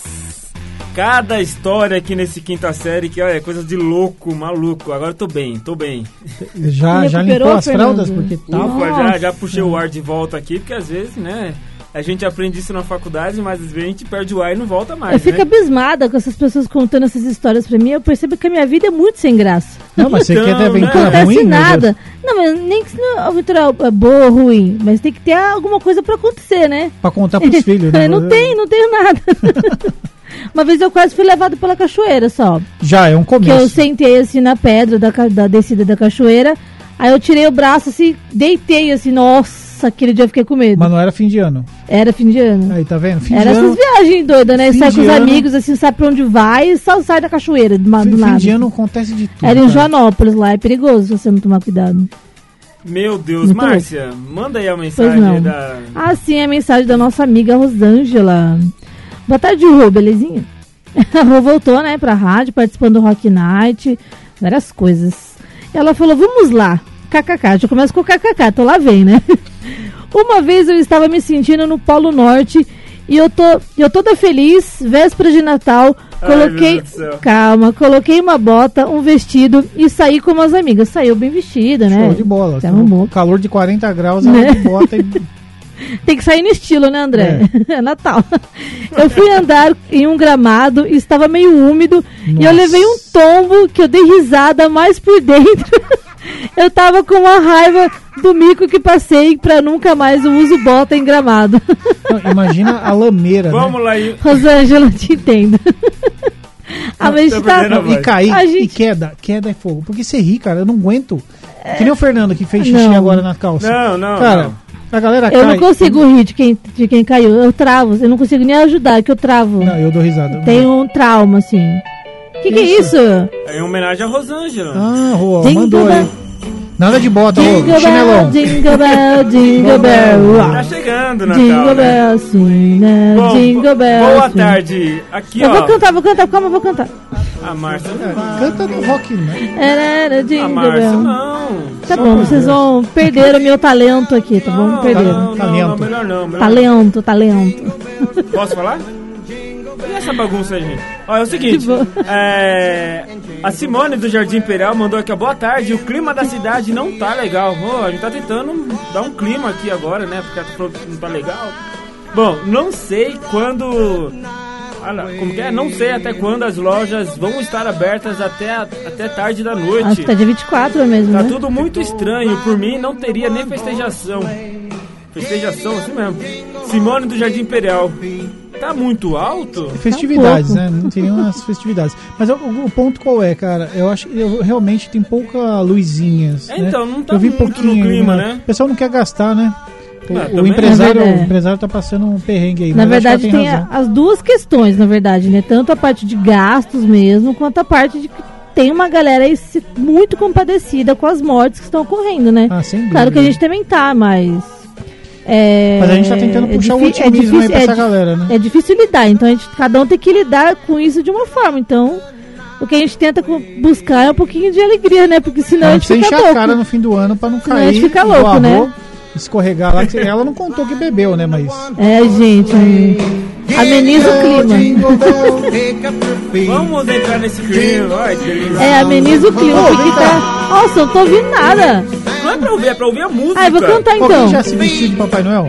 [SPEAKER 2] Cada história aqui nesse quinta série que olha, é coisa de louco, maluco. Agora eu tô bem, tô bem.
[SPEAKER 3] Já,
[SPEAKER 4] Ele
[SPEAKER 3] já
[SPEAKER 4] recuperou,
[SPEAKER 3] limpou as fraldas
[SPEAKER 4] Fernando?
[SPEAKER 3] porque tava.
[SPEAKER 2] Ufa,
[SPEAKER 4] Nossa.
[SPEAKER 2] já, já puxei o ar de volta aqui, porque às vezes, né, a gente aprende isso na faculdade, mas às vezes a gente perde o ar e não volta mais,
[SPEAKER 4] Eu fico
[SPEAKER 2] né?
[SPEAKER 4] abismada com essas pessoas contando essas histórias pra mim. Eu percebo que a minha vida é muito sem graça.
[SPEAKER 3] Não, mas você
[SPEAKER 2] Então,
[SPEAKER 3] quer
[SPEAKER 2] né?
[SPEAKER 3] ter
[SPEAKER 4] Não
[SPEAKER 3] aventura
[SPEAKER 4] acontece
[SPEAKER 3] Ah, é ruim? meu
[SPEAKER 4] nada.
[SPEAKER 3] Deus?
[SPEAKER 4] Não, mas nem que se não- a aventura é boa ou ruim, mas tem que ter alguma coisa pra acontecer, né?
[SPEAKER 3] Pra contar pros filhos, né?
[SPEAKER 4] não tem, não tenho nada. Uma vez eu quase fui levado pela cachoeira só.
[SPEAKER 3] Já, é um
[SPEAKER 4] Que eu
[SPEAKER 3] começo.
[SPEAKER 4] sentei assim na pedra da, ca- da descida da cachoeira. Aí eu tirei o braço assim, deitei assim, nossa, aquele dia eu fiquei com medo.
[SPEAKER 3] Mas não era fim de ano.
[SPEAKER 4] Era fim de ano.
[SPEAKER 3] Aí, tá vendo? Fim
[SPEAKER 4] Era
[SPEAKER 3] de
[SPEAKER 4] essas
[SPEAKER 3] ano.
[SPEAKER 4] viagens doidas, né?
[SPEAKER 3] Fim
[SPEAKER 4] Sai
[SPEAKER 3] de
[SPEAKER 4] com os
[SPEAKER 3] ano.
[SPEAKER 4] amigos, assim, sabe pra onde vai e só sai da cachoeira do, ma- do
[SPEAKER 3] Fim, fim
[SPEAKER 4] nada.
[SPEAKER 3] de ano acontece de tudo.
[SPEAKER 4] Era em
[SPEAKER 3] cara.
[SPEAKER 4] Joanópolis lá, é perigoso se você não tomar cuidado.
[SPEAKER 2] Meu Deus,
[SPEAKER 4] Muito
[SPEAKER 2] Márcia, manda aí a
[SPEAKER 4] Então, não.
[SPEAKER 2] mensagem da...
[SPEAKER 4] Ah, sim, a mensagem da nossa amiga Rosângela. Boa tarde, Rô, belezinha? A Rô voltou, né, pra rádio, participando do Rock Night, várias coisas. Ela falou, vamos lá, kkk, já começa com o kkk, então lá vem, né? Uma vez eu estava me sentindo no Polo Norte e eu tô, eu toda feliz, véspera de Natal,
[SPEAKER 2] Ai,
[SPEAKER 4] coloquei...
[SPEAKER 2] meu Deus do céu.
[SPEAKER 4] calma, coloquei uma bota, um vestido e saí com umas amigas. Saiu bem vestida, né?
[SPEAKER 3] Show de bola. tá
[SPEAKER 4] Se arrumou.
[SPEAKER 3] Calor de 40 graus,
[SPEAKER 4] Né?
[SPEAKER 3] ela bota e
[SPEAKER 4] Tem que sair no estilo, né, André? É, Natal. Eu fui andar em um gramado, estava meio úmido, e eu
[SPEAKER 3] Nossa.
[SPEAKER 4] levei um tombo que eu dei risada mais por dentro Eu tava com uma raiva do mico que passei pra nunca mais eu uso bota em gramado.
[SPEAKER 3] Não, imagina a lameira. né?
[SPEAKER 2] Vamos lá, e-
[SPEAKER 4] Rosângela, te entendo. Ah, mas a gente tá.
[SPEAKER 2] perdendo a voz.
[SPEAKER 3] E cair,
[SPEAKER 4] A gente-
[SPEAKER 3] e queda, queda é fogo. Porque você ri, cara, eu não aguento. Que nem o Fernando que fez xixi
[SPEAKER 4] Não.
[SPEAKER 3] agora na calça.
[SPEAKER 2] Não, não,
[SPEAKER 3] Cara,
[SPEAKER 2] não.
[SPEAKER 3] a galera cai.
[SPEAKER 4] Eu não consigo rir de quem, de quem caiu. Eu travo. Eu não consigo nem ajudar, que eu travo.
[SPEAKER 3] Não, eu dou risada.
[SPEAKER 4] Tenho um trauma, assim. Que que é
[SPEAKER 3] Isso.
[SPEAKER 4] isso?
[SPEAKER 2] É em homenagem a Rosângela.
[SPEAKER 3] Ah, Rô,
[SPEAKER 4] Jingle
[SPEAKER 3] mandou aí.
[SPEAKER 4] bell.
[SPEAKER 3] Nada de bota,
[SPEAKER 4] Jingle
[SPEAKER 3] Rô.
[SPEAKER 4] bell,
[SPEAKER 3] Então, Chinelão.
[SPEAKER 4] jingle bell, jingle bell.
[SPEAKER 2] Tá
[SPEAKER 4] rock.
[SPEAKER 2] chegando, Natal.
[SPEAKER 4] Jingle
[SPEAKER 2] né?
[SPEAKER 4] bell, swing, né?
[SPEAKER 2] Bom,
[SPEAKER 4] jingle bell.
[SPEAKER 2] Boa
[SPEAKER 4] swing.
[SPEAKER 2] tarde. Aqui,
[SPEAKER 4] Eu
[SPEAKER 2] ó,
[SPEAKER 4] vou cantar, vou cantar, calma, eu vou cantar.
[SPEAKER 2] a Márcia.
[SPEAKER 3] Canta no rock, né?
[SPEAKER 4] Era
[SPEAKER 2] A
[SPEAKER 4] jingle
[SPEAKER 2] Ah, Márcia,
[SPEAKER 4] bell.
[SPEAKER 2] não.
[SPEAKER 4] Tá bom, vocês vão perder o meu talento aqui, tá bom?
[SPEAKER 2] Não, não,
[SPEAKER 4] Perderam.
[SPEAKER 2] não, não,
[SPEAKER 3] Talento.
[SPEAKER 2] melhor não. Melhor
[SPEAKER 4] Tá
[SPEAKER 2] não.
[SPEAKER 4] Talento, talento.
[SPEAKER 2] Posso falar? E essa bagunça aí, gente? Ó, é o seguinte, é, a Simone do Jardim Peral mandou aqui, ó, boa tarde, o clima da cidade não tá legal. Ô, a gente tá tentando dar um clima aqui agora, né, porque ela falou que não tá legal. Bom, não sei quando... Ah, lá, como que é? Não sei até quando as lojas vão estar abertas até, a- até tarde da
[SPEAKER 4] Acho que
[SPEAKER 2] noite.
[SPEAKER 4] tá de 24 mesmo,
[SPEAKER 2] Tá
[SPEAKER 4] né?
[SPEAKER 2] tudo muito estranho, por mim não teria nem festejação. Festejação, assim mesmo. Simone do Jardim Imperial. Tá muito alto?
[SPEAKER 3] Festividades,
[SPEAKER 4] Tá pouco.
[SPEAKER 3] né? Não teriam as festividades. Mas o, o ponto qual é, cara? Eu acho que eu, realmente tem pouca luzinhas.
[SPEAKER 2] É,
[SPEAKER 3] né?
[SPEAKER 2] então, não tá
[SPEAKER 3] eu vi
[SPEAKER 2] muito no
[SPEAKER 3] pouquinho,
[SPEAKER 2] clima, né?
[SPEAKER 3] O pessoal não quer gastar, né? O,
[SPEAKER 2] Ah,
[SPEAKER 3] o
[SPEAKER 2] também.
[SPEAKER 3] empresário,
[SPEAKER 4] Na É verdade,
[SPEAKER 3] o empresário tá passando um perrengue aí.
[SPEAKER 4] Na
[SPEAKER 3] mas acho que
[SPEAKER 4] verdade,
[SPEAKER 3] ela
[SPEAKER 4] tem a-
[SPEAKER 3] razão.
[SPEAKER 4] as duas questões, na verdade, né? Tanto a parte de gastos mesmo, quanto a parte de que tem uma galera aí se- muito compadecida com as mortes que estão ocorrendo, né?
[SPEAKER 3] Ah, sem
[SPEAKER 4] claro que a
[SPEAKER 3] dúvida.
[SPEAKER 4] gente também tá, mas. é-
[SPEAKER 3] Mas a gente tá tentando puxar o
[SPEAKER 4] difi-
[SPEAKER 3] otimismo aí pra essa
[SPEAKER 4] di-
[SPEAKER 3] galera, né?
[SPEAKER 4] É difícil lidar, então a gente, cada um tem que lidar com isso de uma forma. Então, o que a gente tenta co- buscar é um pouquinho de alegria, né? Porque senão
[SPEAKER 3] a
[SPEAKER 4] a
[SPEAKER 3] gente
[SPEAKER 4] gente
[SPEAKER 3] precisa
[SPEAKER 4] fica
[SPEAKER 3] É, encher a cara né?
[SPEAKER 4] louco.
[SPEAKER 3] no fim do ano pra não
[SPEAKER 4] Senão a
[SPEAKER 3] cair.
[SPEAKER 4] gente fica
[SPEAKER 3] igual
[SPEAKER 4] louco,
[SPEAKER 3] a
[SPEAKER 4] né?
[SPEAKER 3] Rô, Escorregar lá. que Ela não contou que bebeu, né? Mas.
[SPEAKER 4] É, gente. Ameniza o clima.
[SPEAKER 2] Vamos entrar nesse clima, vai, que delícia.
[SPEAKER 4] É, ameniza o clima, porque tá. Nossa, eu não tô ouvindo nada.
[SPEAKER 2] Não é pra ouvir, é pra ouvir a música.
[SPEAKER 4] Ah, eu vou cantar
[SPEAKER 3] Alguém
[SPEAKER 4] então.
[SPEAKER 3] já se vestiu de Papai Noel?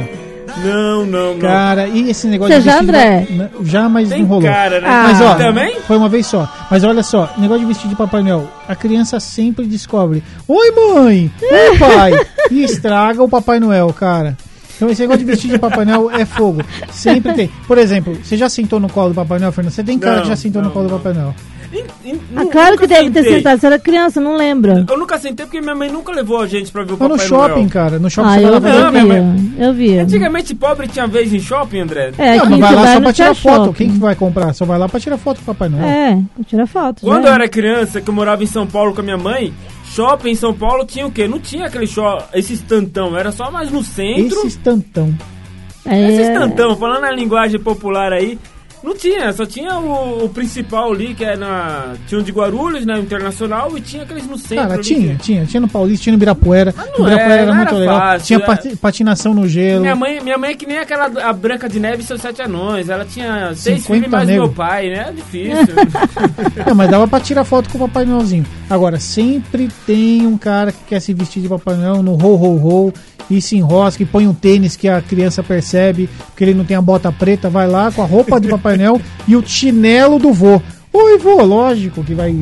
[SPEAKER 2] Não, não, não.
[SPEAKER 3] Cara, e esse negócio
[SPEAKER 4] Você
[SPEAKER 3] de
[SPEAKER 4] já,
[SPEAKER 3] vestir de-
[SPEAKER 4] André?
[SPEAKER 3] Né, Já, mas
[SPEAKER 2] Tem
[SPEAKER 3] não rolou.
[SPEAKER 2] cara, né?
[SPEAKER 4] Ah.
[SPEAKER 3] Mas ó,
[SPEAKER 2] Também?
[SPEAKER 3] foi uma vez só. Mas olha só, negócio de vestir de Papai Noel. A criança sempre descobre. Oi, mãe! Oi, pai! e estraga o Papai Noel, cara. Então esse negócio de vestir de Papai Noel é fogo. Sempre tem. Por exemplo, você já sentou no colo do Papai Noel, Fernando? Você tem cara
[SPEAKER 2] Não,
[SPEAKER 3] que já sentou
[SPEAKER 2] não,
[SPEAKER 3] no colo do Papai Noel.
[SPEAKER 2] In- in-
[SPEAKER 4] Ah,
[SPEAKER 2] nu-
[SPEAKER 4] claro que
[SPEAKER 2] nunca
[SPEAKER 4] deve ter
[SPEAKER 2] sentei.
[SPEAKER 4] sentado. Você era criança, não lembra.
[SPEAKER 2] Eu nunca sentei porque minha mãe nunca levou a gente pra ver o
[SPEAKER 3] Mas no
[SPEAKER 2] Papai
[SPEAKER 3] shopping,
[SPEAKER 2] Noel.
[SPEAKER 3] cara. No shopping
[SPEAKER 4] Ah,
[SPEAKER 3] Então, você
[SPEAKER 4] eu,
[SPEAKER 3] vai lá
[SPEAKER 2] Não,
[SPEAKER 4] eu
[SPEAKER 3] fazer-
[SPEAKER 2] minha
[SPEAKER 4] via. Eu
[SPEAKER 2] É,
[SPEAKER 4] via.
[SPEAKER 2] Antigamente pobre tinha vez em shopping, André?
[SPEAKER 4] É,
[SPEAKER 3] Não,
[SPEAKER 4] aqui
[SPEAKER 3] mas
[SPEAKER 4] em
[SPEAKER 3] vai lá só
[SPEAKER 4] Tubarão
[SPEAKER 3] pra tirar
[SPEAKER 4] tinha
[SPEAKER 3] foto.
[SPEAKER 4] shopping.
[SPEAKER 3] Quem que vai comprar? Só vai lá pra tirar foto com o Papai Noel.
[SPEAKER 4] É, tira foto. já
[SPEAKER 2] Quando eu
[SPEAKER 4] é.
[SPEAKER 2] era criança, que eu morava em São Paulo com a minha mãe, shopping em São Paulo tinha o quê? Não tinha aquele shopping, esse estantão, era só mais no centro.
[SPEAKER 3] Esse estantão.
[SPEAKER 4] É,
[SPEAKER 2] Esse estantão, falando a linguagem popular aí, não tinha, só tinha o, o principal ali, que é na. Tinha o de Guarulhos, na Internacional, e tinha aqueles no centro.
[SPEAKER 3] Cara,
[SPEAKER 2] ali,
[SPEAKER 3] tinha,
[SPEAKER 2] que-
[SPEAKER 3] tinha. Tinha no Paulista, tinha no Ibirapuera.
[SPEAKER 2] não
[SPEAKER 3] no Ibirapuera
[SPEAKER 2] é,
[SPEAKER 3] era
[SPEAKER 2] não
[SPEAKER 3] muito
[SPEAKER 2] era
[SPEAKER 3] legal.
[SPEAKER 2] fácil,
[SPEAKER 3] tinha
[SPEAKER 2] é.
[SPEAKER 3] pati- patinação no gelo.
[SPEAKER 2] Minha mãe, minha mãe é que nem aquela a Branca de Neve e seus sete anões. Ela tinha seis
[SPEAKER 3] 50
[SPEAKER 2] filhos mais
[SPEAKER 3] negros.
[SPEAKER 2] meu pai, né? É difícil.
[SPEAKER 3] Não, mas dava pra tirar foto com o Papai Noelzinho. Agora, sempre tem um cara que quer se vestir de Papai Noel no ho ho ho e se enrosca e põe um tênis que a criança percebe porque ele não tem a bota preta, vai lá com a roupa de Papai Noel e o chinelo do vô. Oi, vô, lógico que vai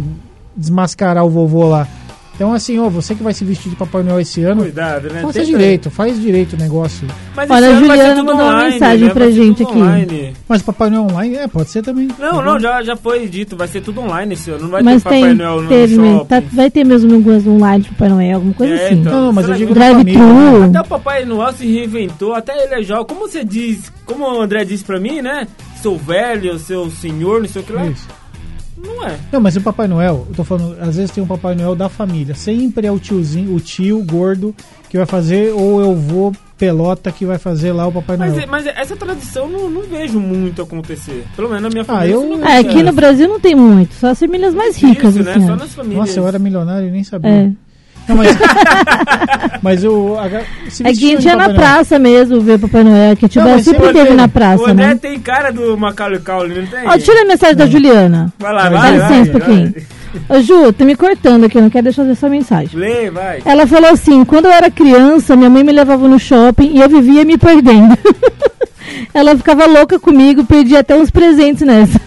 [SPEAKER 3] desmascarar o vovô lá. Então, assim, ó, você que vai se vestir de Papai Noel esse ano,
[SPEAKER 2] Cuidado, né?
[SPEAKER 3] faça
[SPEAKER 2] Tenta-
[SPEAKER 3] direito, faz direito o negócio.
[SPEAKER 2] Mas
[SPEAKER 4] Olha,
[SPEAKER 2] esse
[SPEAKER 4] a
[SPEAKER 2] ano vai ser
[SPEAKER 4] Juliana
[SPEAKER 2] tudo
[SPEAKER 4] mandou uma
[SPEAKER 2] online,
[SPEAKER 4] mensagem
[SPEAKER 2] né?
[SPEAKER 4] pra
[SPEAKER 2] Vai ser
[SPEAKER 4] gente
[SPEAKER 2] tudo
[SPEAKER 4] aqui. Uhum.
[SPEAKER 2] online.
[SPEAKER 3] Mas Papai Noel online, é, pode ser também.
[SPEAKER 2] Não, não, já, já foi dito, vai ser tudo online esse ano. Não vai ter
[SPEAKER 4] Mas
[SPEAKER 2] Papai
[SPEAKER 4] tem,
[SPEAKER 2] Noel no
[SPEAKER 4] teve,
[SPEAKER 2] shopping.
[SPEAKER 4] tá- vai ter mesmo algumas online de Papai Noel, alguma coisa
[SPEAKER 2] É,
[SPEAKER 4] assim.
[SPEAKER 2] então.
[SPEAKER 3] Não, não, mas eu
[SPEAKER 2] Será
[SPEAKER 3] digo
[SPEAKER 2] que-
[SPEAKER 3] da família. né?
[SPEAKER 4] Drive-thru.
[SPEAKER 2] Até o Papai Noel se reinventou, até ele é jovem. Como você diz, como o André disse pra mim, né? Seu velho, seu senhor, não sei o que lá.
[SPEAKER 3] É Isso.
[SPEAKER 2] Não é.
[SPEAKER 3] Não, mas o Papai Noel, eu tô falando, às vezes tem um Papai Noel da família. Sempre é o tiozinho, o tio gordo que vai fazer, ou eu vou pelota que vai fazer lá o Papai Noel.
[SPEAKER 2] Mas, é mas essa tradição eu não, não vejo muito acontecer. Pelo menos na minha família.
[SPEAKER 3] eu-
[SPEAKER 2] isso não
[SPEAKER 4] É, aqui
[SPEAKER 2] acontece.
[SPEAKER 4] no Brasil não tem muito, só as famílias mais ricas,
[SPEAKER 2] Isso, né?
[SPEAKER 4] assim.
[SPEAKER 2] Só
[SPEAKER 4] ó.
[SPEAKER 2] nas famílias.
[SPEAKER 3] Nossa, eu era milionário e nem sabia.
[SPEAKER 4] É.
[SPEAKER 3] Não, mas, mas eu. A, se
[SPEAKER 4] Aqui a
[SPEAKER 3] vestiu
[SPEAKER 4] gente
[SPEAKER 3] de
[SPEAKER 4] ia na
[SPEAKER 3] Papai Noel.
[SPEAKER 4] praça mesmo ver Papai Noel, que tipo,
[SPEAKER 3] Não, mas
[SPEAKER 4] sempre
[SPEAKER 3] sempre
[SPEAKER 4] teve
[SPEAKER 3] tem.
[SPEAKER 4] na
[SPEAKER 2] O
[SPEAKER 4] praça,
[SPEAKER 2] André
[SPEAKER 4] né?
[SPEAKER 2] tem cara do Macaulay Culkin, não tem?
[SPEAKER 4] Ó, tira a mensagem da Juliana.
[SPEAKER 2] Vai lá,
[SPEAKER 4] Dá
[SPEAKER 2] vai, vai.
[SPEAKER 4] licença um
[SPEAKER 2] vai.
[SPEAKER 4] pouquinho. Ô, Ju, tá me cortando aqui, eu não quero deixar essa mensagem.
[SPEAKER 2] Lê, vai.
[SPEAKER 4] Ela falou assim: quando eu era criança, minha mãe me levava no shopping e eu vivia me perdendo. Ela ficava louca comigo, perdi até uns presentes nessa.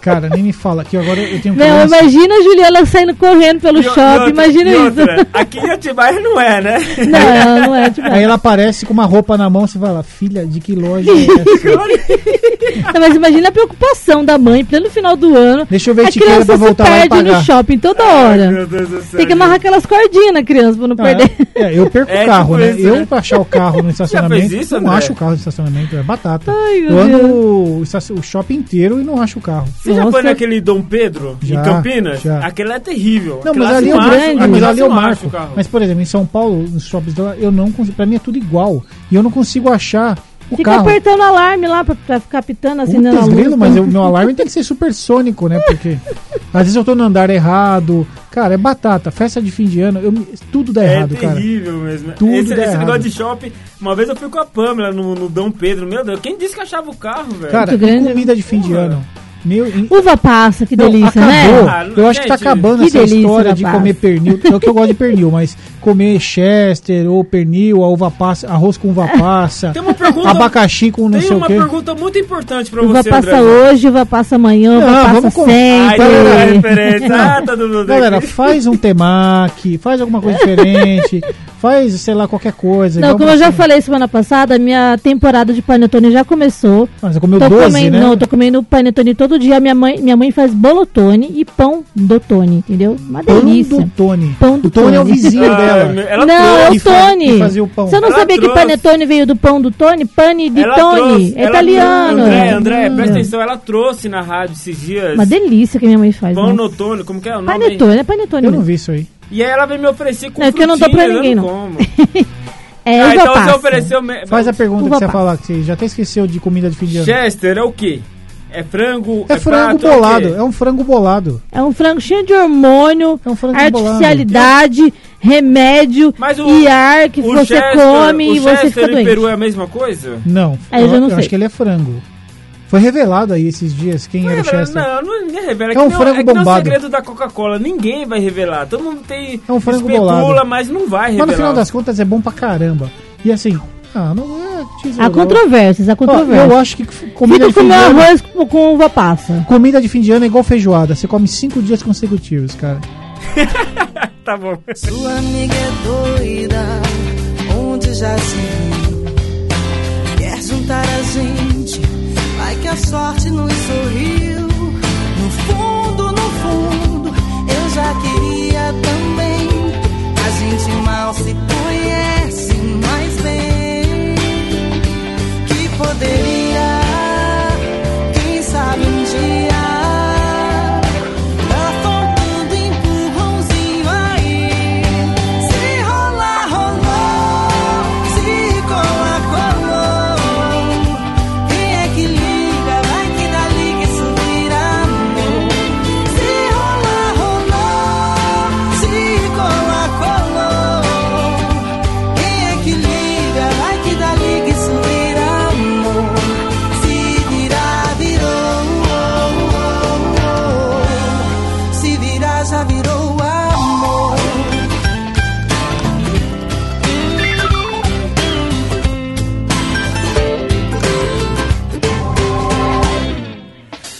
[SPEAKER 3] Cara, nem me fala que agora eu tenho
[SPEAKER 4] Não,
[SPEAKER 3] criança.
[SPEAKER 4] imagina a Juliana saindo correndo pelo
[SPEAKER 2] E o- e
[SPEAKER 4] shopping,
[SPEAKER 2] outra-
[SPEAKER 4] imagina
[SPEAKER 2] e
[SPEAKER 4] isso.
[SPEAKER 2] outra, Aqui em Atibaia não é, né?
[SPEAKER 4] Não, ela não é de
[SPEAKER 3] Aí
[SPEAKER 4] baixo.
[SPEAKER 3] ela aparece com uma roupa na mão, você vai lá, filha, de que loja é essa?
[SPEAKER 4] Não, Mas imagina a preocupação da mãe, porque no final do ano.
[SPEAKER 3] Deixa eu ver a
[SPEAKER 4] a
[SPEAKER 3] etiqueta
[SPEAKER 4] criança
[SPEAKER 3] pra
[SPEAKER 4] se
[SPEAKER 3] voltar lá e
[SPEAKER 4] perde
[SPEAKER 3] pagar.
[SPEAKER 4] no shopping toda hora.
[SPEAKER 2] Deus do céu.
[SPEAKER 4] Tem que amarrar aquelas cordinhas na criança pra não
[SPEAKER 3] Ah,
[SPEAKER 4] perder.
[SPEAKER 3] é, é, eu perco
[SPEAKER 2] É,
[SPEAKER 3] o carro,
[SPEAKER 2] tipo
[SPEAKER 3] né?
[SPEAKER 2] isso,
[SPEAKER 3] eu
[SPEAKER 2] né?
[SPEAKER 3] pra achar o carro no estacionamento,
[SPEAKER 2] fez isso,
[SPEAKER 3] eu não
[SPEAKER 2] André?
[SPEAKER 3] acho o carro no estacionamento, é batata.
[SPEAKER 4] Ai, meu
[SPEAKER 3] eu ando o, estaci- o shopping inteiro e não acho o carro.
[SPEAKER 2] Você já
[SPEAKER 4] Nossa.
[SPEAKER 2] foi naquele Dom Pedro,
[SPEAKER 3] Já,
[SPEAKER 2] em Campinas?
[SPEAKER 3] já.
[SPEAKER 2] Aquela é terrível.
[SPEAKER 3] Não,
[SPEAKER 2] Aquela
[SPEAKER 3] mas ali,
[SPEAKER 2] se
[SPEAKER 3] eu
[SPEAKER 2] marcha,
[SPEAKER 4] grande.
[SPEAKER 3] ah, mas
[SPEAKER 2] aquela
[SPEAKER 3] ali
[SPEAKER 2] se
[SPEAKER 3] eu
[SPEAKER 2] marcha
[SPEAKER 3] marco.
[SPEAKER 2] o carro.
[SPEAKER 3] Mas, por exemplo, em São Paulo, nos shoppings dela, eu não consigo. Pra mim é tudo igual. E eu não consigo achar o
[SPEAKER 4] Fica é
[SPEAKER 3] carro.
[SPEAKER 4] apertando alarme lá pra, pra ficar pitando, acendendo a
[SPEAKER 3] Putz,
[SPEAKER 4] luz.
[SPEAKER 3] grilo, mas o meu alarme tem que ser supersônico, né? Porque às vezes eu tô no andar errado. Cara, é batata. Festa de fim de ano, eu me- tudo dá errado,
[SPEAKER 2] é
[SPEAKER 3] cara.
[SPEAKER 2] terrível mesmo.
[SPEAKER 3] Tudo
[SPEAKER 2] esse
[SPEAKER 3] dá
[SPEAKER 2] esse
[SPEAKER 3] errado.
[SPEAKER 2] negócio de shopping. Uma vez eu fui com a Pâmela no, no Dom Pedro. Meu Deus, quem disse que achava o carro, velho?
[SPEAKER 3] Cara, e
[SPEAKER 4] Muito grande. né?
[SPEAKER 3] comida de fim de
[SPEAKER 2] Porra.
[SPEAKER 3] ano. Meu, em-
[SPEAKER 4] Uva passa, que
[SPEAKER 3] Não,
[SPEAKER 4] delícia,
[SPEAKER 3] acabou.
[SPEAKER 2] Ah,
[SPEAKER 4] né?
[SPEAKER 3] Eu acho que tá
[SPEAKER 2] Gente,
[SPEAKER 3] acabando
[SPEAKER 4] que
[SPEAKER 3] essa
[SPEAKER 4] delícia,
[SPEAKER 3] história de
[SPEAKER 4] rapaz.
[SPEAKER 3] comer pernil. Não que eu gosto de pernil, mas comer chester ou pernil, a uva passa, arroz com uva passa,
[SPEAKER 2] Tem uma pergunta.
[SPEAKER 3] abacaxi com não
[SPEAKER 2] tem
[SPEAKER 3] sei o
[SPEAKER 2] uma
[SPEAKER 3] quê.
[SPEAKER 2] pergunta muito importante pra
[SPEAKER 4] Uva
[SPEAKER 2] você,
[SPEAKER 4] passa
[SPEAKER 2] André.
[SPEAKER 4] hoje, uva passa amanhã,
[SPEAKER 3] Não,
[SPEAKER 4] uva passa
[SPEAKER 3] Ah, vamos com-
[SPEAKER 2] Ai,
[SPEAKER 4] sempre.
[SPEAKER 2] não, é referência. Ah, tá tudo bem.
[SPEAKER 3] Galera, faz um temaki, faz alguma coisa diferente, faz, sei lá, qualquer coisa.
[SPEAKER 4] Não,
[SPEAKER 3] Vamos
[SPEAKER 4] como eu já
[SPEAKER 3] assim.
[SPEAKER 4] falei semana passada, minha temporada de panetone já começou.
[SPEAKER 3] Ah, Você comeu
[SPEAKER 4] tô
[SPEAKER 3] 12,
[SPEAKER 4] comendo,
[SPEAKER 3] né?
[SPEAKER 4] não, tô comendo panetone todo dia. Minha mãe, minha mãe faz bolotone e pão do Tony, entendeu? Uma
[SPEAKER 3] Pão
[SPEAKER 4] delícia.
[SPEAKER 3] do Tony.
[SPEAKER 4] Pão do
[SPEAKER 3] o Tony é o
[SPEAKER 4] Tony.
[SPEAKER 3] vizinho
[SPEAKER 2] Ah,
[SPEAKER 3] dela.
[SPEAKER 2] Ela
[SPEAKER 4] não, é
[SPEAKER 2] trouxe.
[SPEAKER 3] E
[SPEAKER 4] o
[SPEAKER 3] fa- e
[SPEAKER 4] Tony.
[SPEAKER 3] fazia o pão.
[SPEAKER 4] Você não
[SPEAKER 2] Ela
[SPEAKER 4] sabia que
[SPEAKER 2] trouxe.
[SPEAKER 4] panetone veio do pão do Tony? Pane de
[SPEAKER 2] Ela
[SPEAKER 4] Tony.
[SPEAKER 2] trouxe,
[SPEAKER 4] É
[SPEAKER 2] ela
[SPEAKER 4] italiano.
[SPEAKER 2] trouxe. André, André,
[SPEAKER 4] Hum.
[SPEAKER 2] presta atenção, ela trouxe na rádio esses dias
[SPEAKER 4] Uma delícia que minha mãe faz.
[SPEAKER 2] pão
[SPEAKER 4] né?
[SPEAKER 2] notônio, como que é o nome?
[SPEAKER 4] Panetone, é panetone.
[SPEAKER 3] Eu não
[SPEAKER 4] mesmo.
[SPEAKER 3] vi isso aí.
[SPEAKER 2] E aí ela veio me oferecer com
[SPEAKER 4] Não, é que eu não dou pra
[SPEAKER 2] frutinhas, eu
[SPEAKER 4] ninguém,
[SPEAKER 2] como.
[SPEAKER 4] É,
[SPEAKER 2] Ah,
[SPEAKER 4] uva
[SPEAKER 2] então você
[SPEAKER 4] passa.
[SPEAKER 2] ofereceu... me-
[SPEAKER 3] Faz a pergunta
[SPEAKER 4] Uva
[SPEAKER 3] que você ia
[SPEAKER 4] passa.
[SPEAKER 3] falar, que você já até esqueceu de comida de fim de ano.
[SPEAKER 2] Chester é o quê? É frango?
[SPEAKER 3] É frango
[SPEAKER 2] pato, o quê?
[SPEAKER 3] bolado, é um frango bolado.
[SPEAKER 4] É um frango cheio de hormônio,
[SPEAKER 3] É um frango
[SPEAKER 4] artificialidade, remédio
[SPEAKER 2] Mas o-
[SPEAKER 4] e ar que você come e
[SPEAKER 2] o
[SPEAKER 4] você
[SPEAKER 2] Chester
[SPEAKER 4] fica
[SPEAKER 2] e
[SPEAKER 4] doente.
[SPEAKER 2] peru é a mesma coisa?
[SPEAKER 3] Não.
[SPEAKER 4] Aí Ah, eu já não sei.
[SPEAKER 3] acho que ele é frango. Foi revelado aí esses dias quem era o
[SPEAKER 2] Não,
[SPEAKER 3] é Chester.
[SPEAKER 2] não, não ninguém revela.
[SPEAKER 3] É um
[SPEAKER 2] que nem o-
[SPEAKER 3] frango
[SPEAKER 2] é que nem o
[SPEAKER 3] bombado.
[SPEAKER 2] segredo da Coca-Cola. Ninguém vai revelar. Todo mundo tem...
[SPEAKER 3] É um frango
[SPEAKER 2] especula,
[SPEAKER 3] bolado.
[SPEAKER 2] mas não vai
[SPEAKER 3] Mas
[SPEAKER 2] revelar.
[SPEAKER 3] no final das contas é bom pra caramba. E assim, ah, não é. tesoura.
[SPEAKER 4] Há controvérsias, há
[SPEAKER 3] Ó,
[SPEAKER 4] controvérsias.
[SPEAKER 3] Eu acho que f-
[SPEAKER 4] Fica
[SPEAKER 3] comida de, fim
[SPEAKER 4] com
[SPEAKER 3] de
[SPEAKER 4] meu
[SPEAKER 3] ano,
[SPEAKER 4] arroz com, com uva passa.
[SPEAKER 3] comida de fim de ano é igual feijoada. Você come cinco dias consecutivos, cara.
[SPEAKER 2] Tá bom.
[SPEAKER 8] Sua amiga é doida, onde já se viu? Quer juntar a gente, vai que a sorte nos sorriu. No fundo, no fundo, eu já queria também. A gente mal se conhece, mas bem que poderia, quem sabe um dia. Tá faltando empurrãozinho aí. Se rolar, rolou. Se colar, colou. Quem é que liga? Vai que dá liga e subirá amor. Se rolar, rolou. Se colar, colou. Quem é que liga? Vai que dá liga e subirá amor. Se oh, virar, virou. Se virar já virou amor.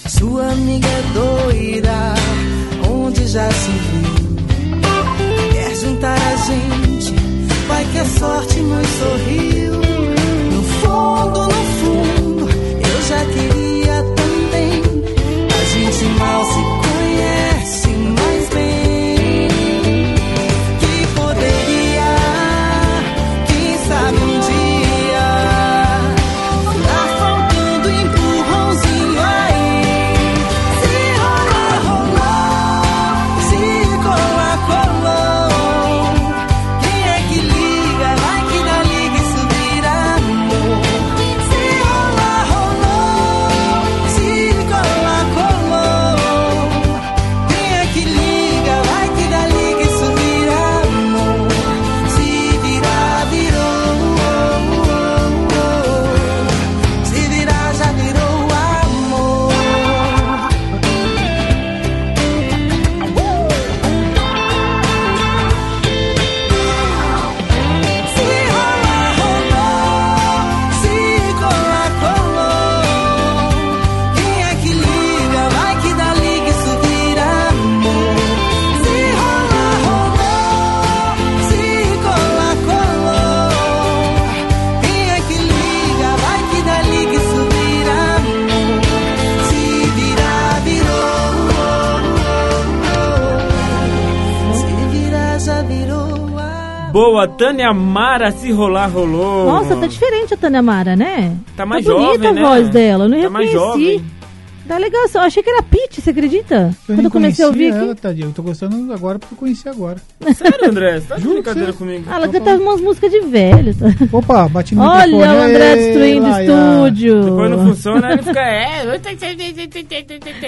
[SPEAKER 8] Sua amiga é doida, onde já se viu. Quer juntar a gente, vai que a sorte nos sorriu. No fundo, no fundo, eu já queria também. A gente mal se conhece, mas bem. Que poderia, quem sabe um dia. Tá faltando empurrãozinho aí. Se rolar, rolou. Se colar, colou. Quem é que liga? Vai que dá liga e subir é
[SPEAKER 2] boa, Tânia Mara, se rolar, rolou.
[SPEAKER 4] Nossa, tá diferente a Tânia Mara, né?
[SPEAKER 2] Tá mais
[SPEAKER 4] bonita
[SPEAKER 2] jovem,
[SPEAKER 4] a
[SPEAKER 2] né?
[SPEAKER 4] voz dela, eu não
[SPEAKER 2] Tá mais
[SPEAKER 4] reconheci.
[SPEAKER 2] jovem.
[SPEAKER 4] Tá legal, eu achei que era Pete, você acredita?
[SPEAKER 3] Eu
[SPEAKER 4] Quando eu comecei a ouvir
[SPEAKER 3] reconhecia ela,
[SPEAKER 4] aqui.
[SPEAKER 3] Tadinha. Eu tô gostando agora porque eu conheci agora.
[SPEAKER 2] Sério, André? Você tá de
[SPEAKER 3] Juro
[SPEAKER 2] brincadeira
[SPEAKER 3] que você-
[SPEAKER 2] comigo?
[SPEAKER 4] Ah, ela cantava umas músicas de velho. tá?
[SPEAKER 3] Opa, bati no microfone.
[SPEAKER 4] Olha o André
[SPEAKER 3] Ei,
[SPEAKER 4] destruindo o
[SPEAKER 3] lá, lá.
[SPEAKER 4] estúdio.
[SPEAKER 2] Depois
[SPEAKER 3] Ah.
[SPEAKER 2] não funciona, ele fica. É.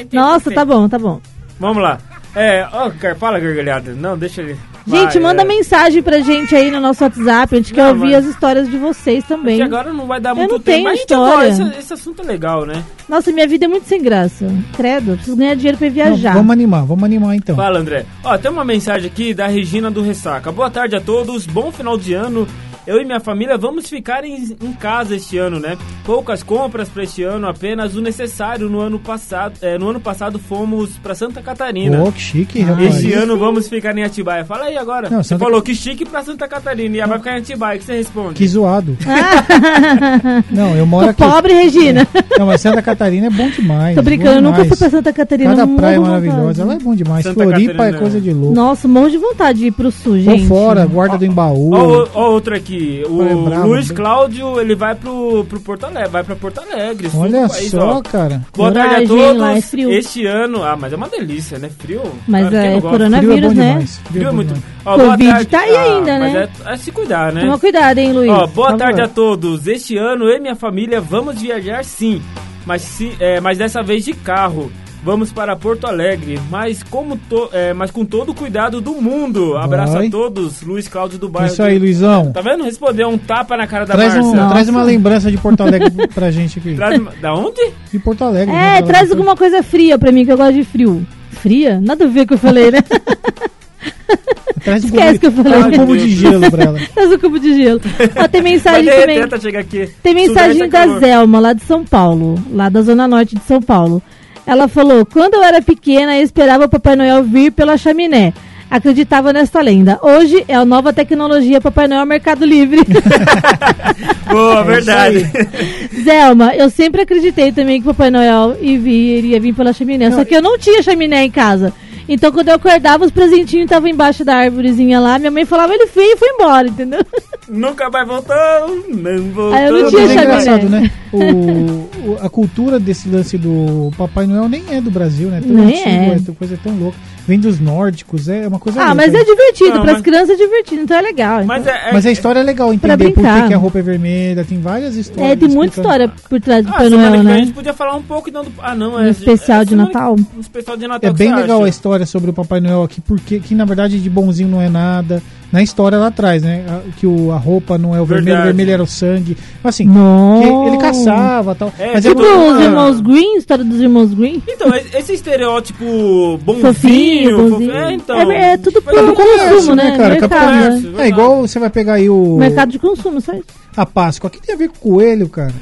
[SPEAKER 4] Nossa, tá bom, tá bom.
[SPEAKER 2] Vamos lá. É, ó, cara, fala gargalhada. Não, deixa ele.
[SPEAKER 4] Gente,
[SPEAKER 2] Vai,
[SPEAKER 4] manda
[SPEAKER 2] é.
[SPEAKER 4] mensagem pra gente aí no nosso WhatsApp. A gente quer
[SPEAKER 2] Não,
[SPEAKER 4] ouvir
[SPEAKER 2] mas- É
[SPEAKER 4] as histórias de vocês também.
[SPEAKER 2] Que agora não vai dar muito
[SPEAKER 4] não
[SPEAKER 2] tempo.
[SPEAKER 4] tenho
[SPEAKER 2] mas,
[SPEAKER 4] história.
[SPEAKER 2] Então, ó, esse, esse assunto é legal, né?
[SPEAKER 4] Nossa, minha vida é muito sem graça. Credo, eu preciso ganhar dinheiro pra
[SPEAKER 3] Não,
[SPEAKER 4] viajar.
[SPEAKER 3] vamos animar, vamos animar então.
[SPEAKER 2] Fala, André. Ó, tem uma mensagem aqui da Regina do Ressaca. Boa tarde a todos, bom final de ano. Eu e minha família vamos ficar em, em casa este ano, né? Poucas compras para este ano, apenas o necessário. No ano passado, é, no ano passado fomos para Santa Catarina.
[SPEAKER 3] Pô, que
[SPEAKER 4] Ah.
[SPEAKER 3] chique, rapaz.
[SPEAKER 2] Este ano vamos ficar em Atibaia. Fala aí agora.
[SPEAKER 3] Não,
[SPEAKER 2] você
[SPEAKER 3] Santa-
[SPEAKER 2] falou que chique pra Santa Catarina e ela vai ficar em Atibaia. O que você responde?
[SPEAKER 3] Que zoado. não, eu moro
[SPEAKER 4] Tô
[SPEAKER 3] aqui.
[SPEAKER 4] pobre, Regina.
[SPEAKER 3] Não, mas Santa Catarina é bom demais.
[SPEAKER 4] Tô brincando, eu
[SPEAKER 3] bom
[SPEAKER 4] nunca
[SPEAKER 3] demais.
[SPEAKER 4] fui pra Santa Catarina.
[SPEAKER 3] Cada
[SPEAKER 4] morro
[SPEAKER 3] praia é
[SPEAKER 4] de
[SPEAKER 3] maravilhosa, ela é
[SPEAKER 4] vontade.
[SPEAKER 3] bom demais.
[SPEAKER 2] Santa
[SPEAKER 3] Floripa
[SPEAKER 2] Catarina.
[SPEAKER 3] é coisa de louco.
[SPEAKER 4] Nossa, um monte de vontade de ir pro sul,
[SPEAKER 3] Tô
[SPEAKER 4] gente.
[SPEAKER 3] fora, guarda do embaú.
[SPEAKER 2] Ó, o- ó outra aqui. O
[SPEAKER 3] Olha, é bravo,
[SPEAKER 2] Luiz
[SPEAKER 3] bem-
[SPEAKER 2] Cláudio, ele vai pro, pro Porto Alegre. Vai pra Porto Alegre. sul do
[SPEAKER 3] Olha
[SPEAKER 2] país,
[SPEAKER 3] só,
[SPEAKER 2] ó.
[SPEAKER 3] cara.
[SPEAKER 2] Boa tarde a
[SPEAKER 4] Coragem,
[SPEAKER 2] todos.
[SPEAKER 4] lá é frio.
[SPEAKER 2] Este ano. Ah, mas é uma delícia, né? Frio.
[SPEAKER 4] Mas
[SPEAKER 2] Claro, quem
[SPEAKER 4] é
[SPEAKER 2] não gosta?
[SPEAKER 3] Frio é
[SPEAKER 4] coronavírus,
[SPEAKER 3] bom
[SPEAKER 4] né?
[SPEAKER 3] demais.
[SPEAKER 2] Frio é
[SPEAKER 3] bom
[SPEAKER 2] muito.
[SPEAKER 3] demais.
[SPEAKER 2] Ó,
[SPEAKER 4] Covid tá aí ainda,
[SPEAKER 2] mas
[SPEAKER 4] né?
[SPEAKER 2] É, é se cuidar, né?
[SPEAKER 4] Toma cuidado, hein, Luiz.
[SPEAKER 2] Ó, boa
[SPEAKER 4] Por
[SPEAKER 2] tarde a
[SPEAKER 4] favor.
[SPEAKER 2] todos. Este ano eu e minha família vamos viajar sim, mas, se, é, mas dessa vez de carro. Vamos para Porto Alegre, mas, como to, é, mas com todo o cuidado do mundo. Abraço
[SPEAKER 3] Vai.
[SPEAKER 2] a todos, Luiz Cláudio do bairro.
[SPEAKER 3] Isso aí, Luizão.
[SPEAKER 2] Tá vendo? Respondeu um tapa na cara da
[SPEAKER 3] Traz, um-
[SPEAKER 2] Márcia.
[SPEAKER 3] traz uma lembrança de Porto Alegre pra gente aqui.
[SPEAKER 2] Traz uma- Da onde?
[SPEAKER 3] De Porto Alegre. né,
[SPEAKER 4] É,
[SPEAKER 3] pela-
[SPEAKER 4] traz alguma coisa fria pra mim, que eu gosto de frio. Fria? Nada a ver com o que eu falei, né?
[SPEAKER 3] Traz um
[SPEAKER 4] Esquece
[SPEAKER 3] cubo,
[SPEAKER 4] que eu falei.
[SPEAKER 3] traz um cubo de gelo pra ela.
[SPEAKER 4] Traz um cubo de gelo. Ó, tem
[SPEAKER 2] Vai
[SPEAKER 4] mensagem Tá também.
[SPEAKER 2] derreter até chegar aqui.
[SPEAKER 4] Tem
[SPEAKER 2] Sudeste
[SPEAKER 4] mensagem
[SPEAKER 2] é
[SPEAKER 4] da
[SPEAKER 2] calor.
[SPEAKER 4] Zelma, lá de São Paulo, lá da Zona Norte de São Paulo. Ela falou: quando eu era pequena, eu esperava o Papai Noel vir pela chaminé. Acreditava nesta lenda. Hoje é a nova tecnologia Papai Noel é Mercado Livre.
[SPEAKER 2] Boa, verdade.
[SPEAKER 4] Zelma, eu sempre acreditei também que o Papai Noel i- vi- iria vir pela chaminé. Só que eu não tinha chaminé em casa. Então, quando eu acordava, os presentinhos estavam embaixo da árvorezinha lá. Minha mãe falava, ele veio e foi embora, entendeu?
[SPEAKER 2] Nunca mais voltou, não voltou.
[SPEAKER 4] Ah, eu não
[SPEAKER 3] Mas
[SPEAKER 4] tinha é.
[SPEAKER 3] é
[SPEAKER 4] chaminé.
[SPEAKER 3] engraçado, né? O, o- a cultura desse lance do Papai Noel nem é do Brasil, né? Tão
[SPEAKER 4] Nem
[SPEAKER 3] antigo,
[SPEAKER 4] é.
[SPEAKER 3] é tão- coisa tão louca. Vem dos nórdicos, é uma coisa
[SPEAKER 4] Ah,
[SPEAKER 3] louca,
[SPEAKER 4] mas
[SPEAKER 3] né?
[SPEAKER 4] é divertido.
[SPEAKER 2] Não,
[SPEAKER 4] Para as
[SPEAKER 2] mas-
[SPEAKER 4] crianças é divertido, então é legal.
[SPEAKER 2] Mas
[SPEAKER 4] então.
[SPEAKER 2] é, é-
[SPEAKER 3] Mas a história é legal entender por
[SPEAKER 4] brincar.
[SPEAKER 3] que, que a roupa é vermelha, tem várias histórias.
[SPEAKER 4] É, tem muita
[SPEAKER 3] explicando.
[SPEAKER 4] história por trás do
[SPEAKER 2] Ah,
[SPEAKER 4] Papai
[SPEAKER 2] semana
[SPEAKER 4] Noel,
[SPEAKER 2] que vem
[SPEAKER 4] né?
[SPEAKER 2] a gente podia falar um pouco então do... Ah, não, é...
[SPEAKER 4] Um especial
[SPEAKER 2] é
[SPEAKER 4] de
[SPEAKER 2] semana
[SPEAKER 4] Natal?
[SPEAKER 2] que- Um especial de Natal. o
[SPEAKER 3] É
[SPEAKER 2] que
[SPEAKER 3] bem
[SPEAKER 2] você
[SPEAKER 3] legal
[SPEAKER 2] acha?
[SPEAKER 3] a história sobre o Papai Noel aqui, porque que na verdade de bonzinho não é nada. Na história lá atrás, né? a- Que o, a roupa não é o vermelho, o
[SPEAKER 2] Verdade.
[SPEAKER 3] vermelho era o sangue. Assim,
[SPEAKER 4] Não.
[SPEAKER 3] que ele caçava e tal.
[SPEAKER 2] É,
[SPEAKER 3] mas é
[SPEAKER 2] tipo
[SPEAKER 4] Tipo
[SPEAKER 3] bom-
[SPEAKER 4] os irmãos Green, história dos irmãos Green.
[SPEAKER 2] Então, es- esse estereótipo bonzinho...
[SPEAKER 4] Fofinho,
[SPEAKER 2] fofo-
[SPEAKER 4] bonzinho.
[SPEAKER 2] É, então...
[SPEAKER 4] É, é tudo
[SPEAKER 2] Mas
[SPEAKER 4] pro
[SPEAKER 2] não
[SPEAKER 3] comércio,
[SPEAKER 4] consumo,
[SPEAKER 3] né,
[SPEAKER 4] né?
[SPEAKER 3] cara?
[SPEAKER 4] Mercado, né?
[SPEAKER 2] Capitalismo.
[SPEAKER 3] É igual você vai pegar aí o
[SPEAKER 4] Mercado de consumo, só isso.
[SPEAKER 3] a Páscoa. que tem a ver com coelho, cara?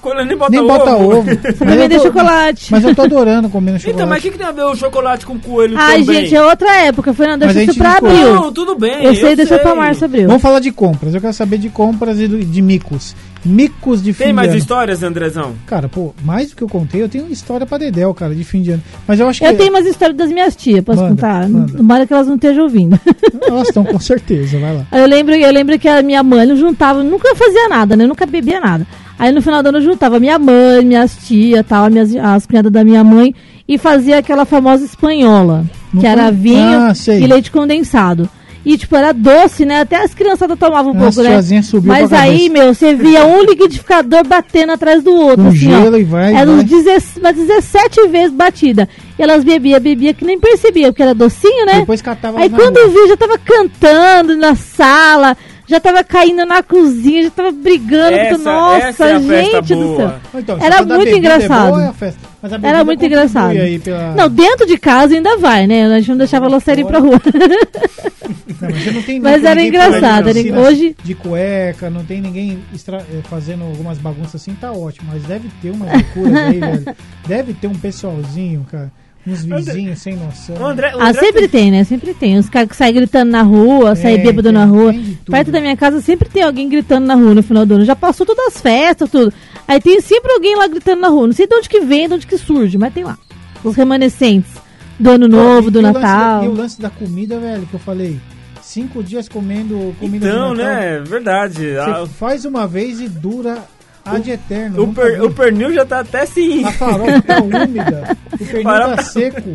[SPEAKER 2] Quando nem bota
[SPEAKER 3] Nem bota ovo.
[SPEAKER 4] Você
[SPEAKER 3] Mas
[SPEAKER 4] vai
[SPEAKER 3] eu
[SPEAKER 4] vender
[SPEAKER 3] tô-
[SPEAKER 4] chocolate.
[SPEAKER 3] Mas eu tô adorando comendo chocolate.
[SPEAKER 2] Então, mas o que, que tem a ver o chocolate com coelho
[SPEAKER 4] Ai,
[SPEAKER 2] também?
[SPEAKER 4] gente, é outra época. Fernando,
[SPEAKER 3] Mas
[SPEAKER 4] deixa
[SPEAKER 3] a
[SPEAKER 4] isso
[SPEAKER 3] gente
[SPEAKER 4] pra
[SPEAKER 3] discorda.
[SPEAKER 4] abril.
[SPEAKER 2] Não, tudo bem.
[SPEAKER 4] Eu sei, deixa
[SPEAKER 2] eu
[SPEAKER 4] pra Márcia abril.
[SPEAKER 3] Vamos falar de compras. Eu quero saber de compras e do- de micos. Micos de fim
[SPEAKER 2] Tem
[SPEAKER 3] de
[SPEAKER 2] mais
[SPEAKER 3] ano.
[SPEAKER 2] histórias, Andrezão?
[SPEAKER 3] Cara, pô, mais do que eu contei, eu tenho história pra Dedel, cara, de fim de ano. Mas eu acho que
[SPEAKER 4] Eu tenho umas histórias das minhas tias, posso
[SPEAKER 3] Manda,
[SPEAKER 4] contar?
[SPEAKER 3] manda.
[SPEAKER 4] Tomara que elas não estejam ouvindo.
[SPEAKER 3] elas estão com certeza, vai lá.
[SPEAKER 4] Aí Eu lembro, eu lembro que a minha mãe não juntava, nunca fazia nada, né? Nunca bebia nada. Aí no final do ano eu juntava minha mãe, minhas tias, tal, minhas, as cunhadas da minha mãe e fazia aquela famosa espanhola,
[SPEAKER 3] Não
[SPEAKER 4] que era
[SPEAKER 3] foi?
[SPEAKER 4] vinho
[SPEAKER 3] Ah, sei.
[SPEAKER 4] e leite condensado. E tipo, era doce, né? Até as criançadas tomavam um
[SPEAKER 3] As
[SPEAKER 4] pouco, né?
[SPEAKER 3] tiazinhas subiam
[SPEAKER 4] Mas
[SPEAKER 3] pra cabeça.
[SPEAKER 4] aí, meu, você via um liquidificador batendo atrás do outro.
[SPEAKER 3] Com
[SPEAKER 4] assim, ó.
[SPEAKER 3] gelo e vai,
[SPEAKER 4] Era uns
[SPEAKER 3] vai.
[SPEAKER 4] 17, umas 17 vezes batida. E elas bebia, bebia que nem percebia, porque era docinho, né?
[SPEAKER 3] Depois catava
[SPEAKER 4] Aí
[SPEAKER 3] na
[SPEAKER 4] quando
[SPEAKER 3] rua.
[SPEAKER 4] eu vi, eu já tava cantando na sala, já tava caindo na cozinha, já tava brigando.
[SPEAKER 2] Essa-
[SPEAKER 4] porque, Nossa,
[SPEAKER 2] essa é a festa
[SPEAKER 4] gente do
[SPEAKER 2] boa.
[SPEAKER 4] céu.
[SPEAKER 3] Então, se
[SPEAKER 4] Era
[SPEAKER 3] for da
[SPEAKER 4] muito
[SPEAKER 3] bebida, é
[SPEAKER 4] engraçado.
[SPEAKER 3] boa, é a festa. Mas a bebida
[SPEAKER 4] Era muito
[SPEAKER 3] contribui
[SPEAKER 4] engraçado.
[SPEAKER 3] Aí pela...
[SPEAKER 4] Não, dentro de casa ainda vai, né? A gente não deixava ela sair pra rua.
[SPEAKER 3] Não, mas você não tem
[SPEAKER 4] Mas
[SPEAKER 3] não tem
[SPEAKER 4] era
[SPEAKER 3] ninguém fazendo
[SPEAKER 4] engraçado, era-
[SPEAKER 3] piscina
[SPEAKER 4] hoje-
[SPEAKER 3] De cueca, não tem ninguém extra- eh, fazendo algumas bagunças assim, tá ótimo. Mas deve ter umas loucuras aí, velho. Deve ter um pessoalzinho, cara. Uns vizinhos sem noção.
[SPEAKER 2] O André, o
[SPEAKER 4] Ah,
[SPEAKER 2] André
[SPEAKER 4] sempre tem, né? Sempre tem. Os caras que saem gritando na rua, saem
[SPEAKER 3] Tem,
[SPEAKER 4] bêbado
[SPEAKER 3] tem,
[SPEAKER 4] na rua.
[SPEAKER 3] tem de tudo.
[SPEAKER 4] Perto da minha casa sempre tem alguém gritando na rua no final do ano. Já passou todas as festas, tudo. Aí tem sempre alguém lá gritando na rua. Não sei de onde que vem, de onde que surge, mas tem lá. Os remanescentes do ano novo,
[SPEAKER 3] E
[SPEAKER 4] do
[SPEAKER 3] o lance da-
[SPEAKER 4] Natal.
[SPEAKER 3] E o lance da comida, velho, que eu falei. cinco dias comendo comida
[SPEAKER 2] Então,
[SPEAKER 3] de Natal.
[SPEAKER 2] né? Verdade. A-
[SPEAKER 3] Você faz uma vez e dura ad eterno.
[SPEAKER 2] o,
[SPEAKER 3] nunca
[SPEAKER 2] per-
[SPEAKER 3] acabou.
[SPEAKER 2] o pernil já tá até sim.
[SPEAKER 3] A farofa tá úmida, o pernil
[SPEAKER 2] Farofa-
[SPEAKER 3] tá seco,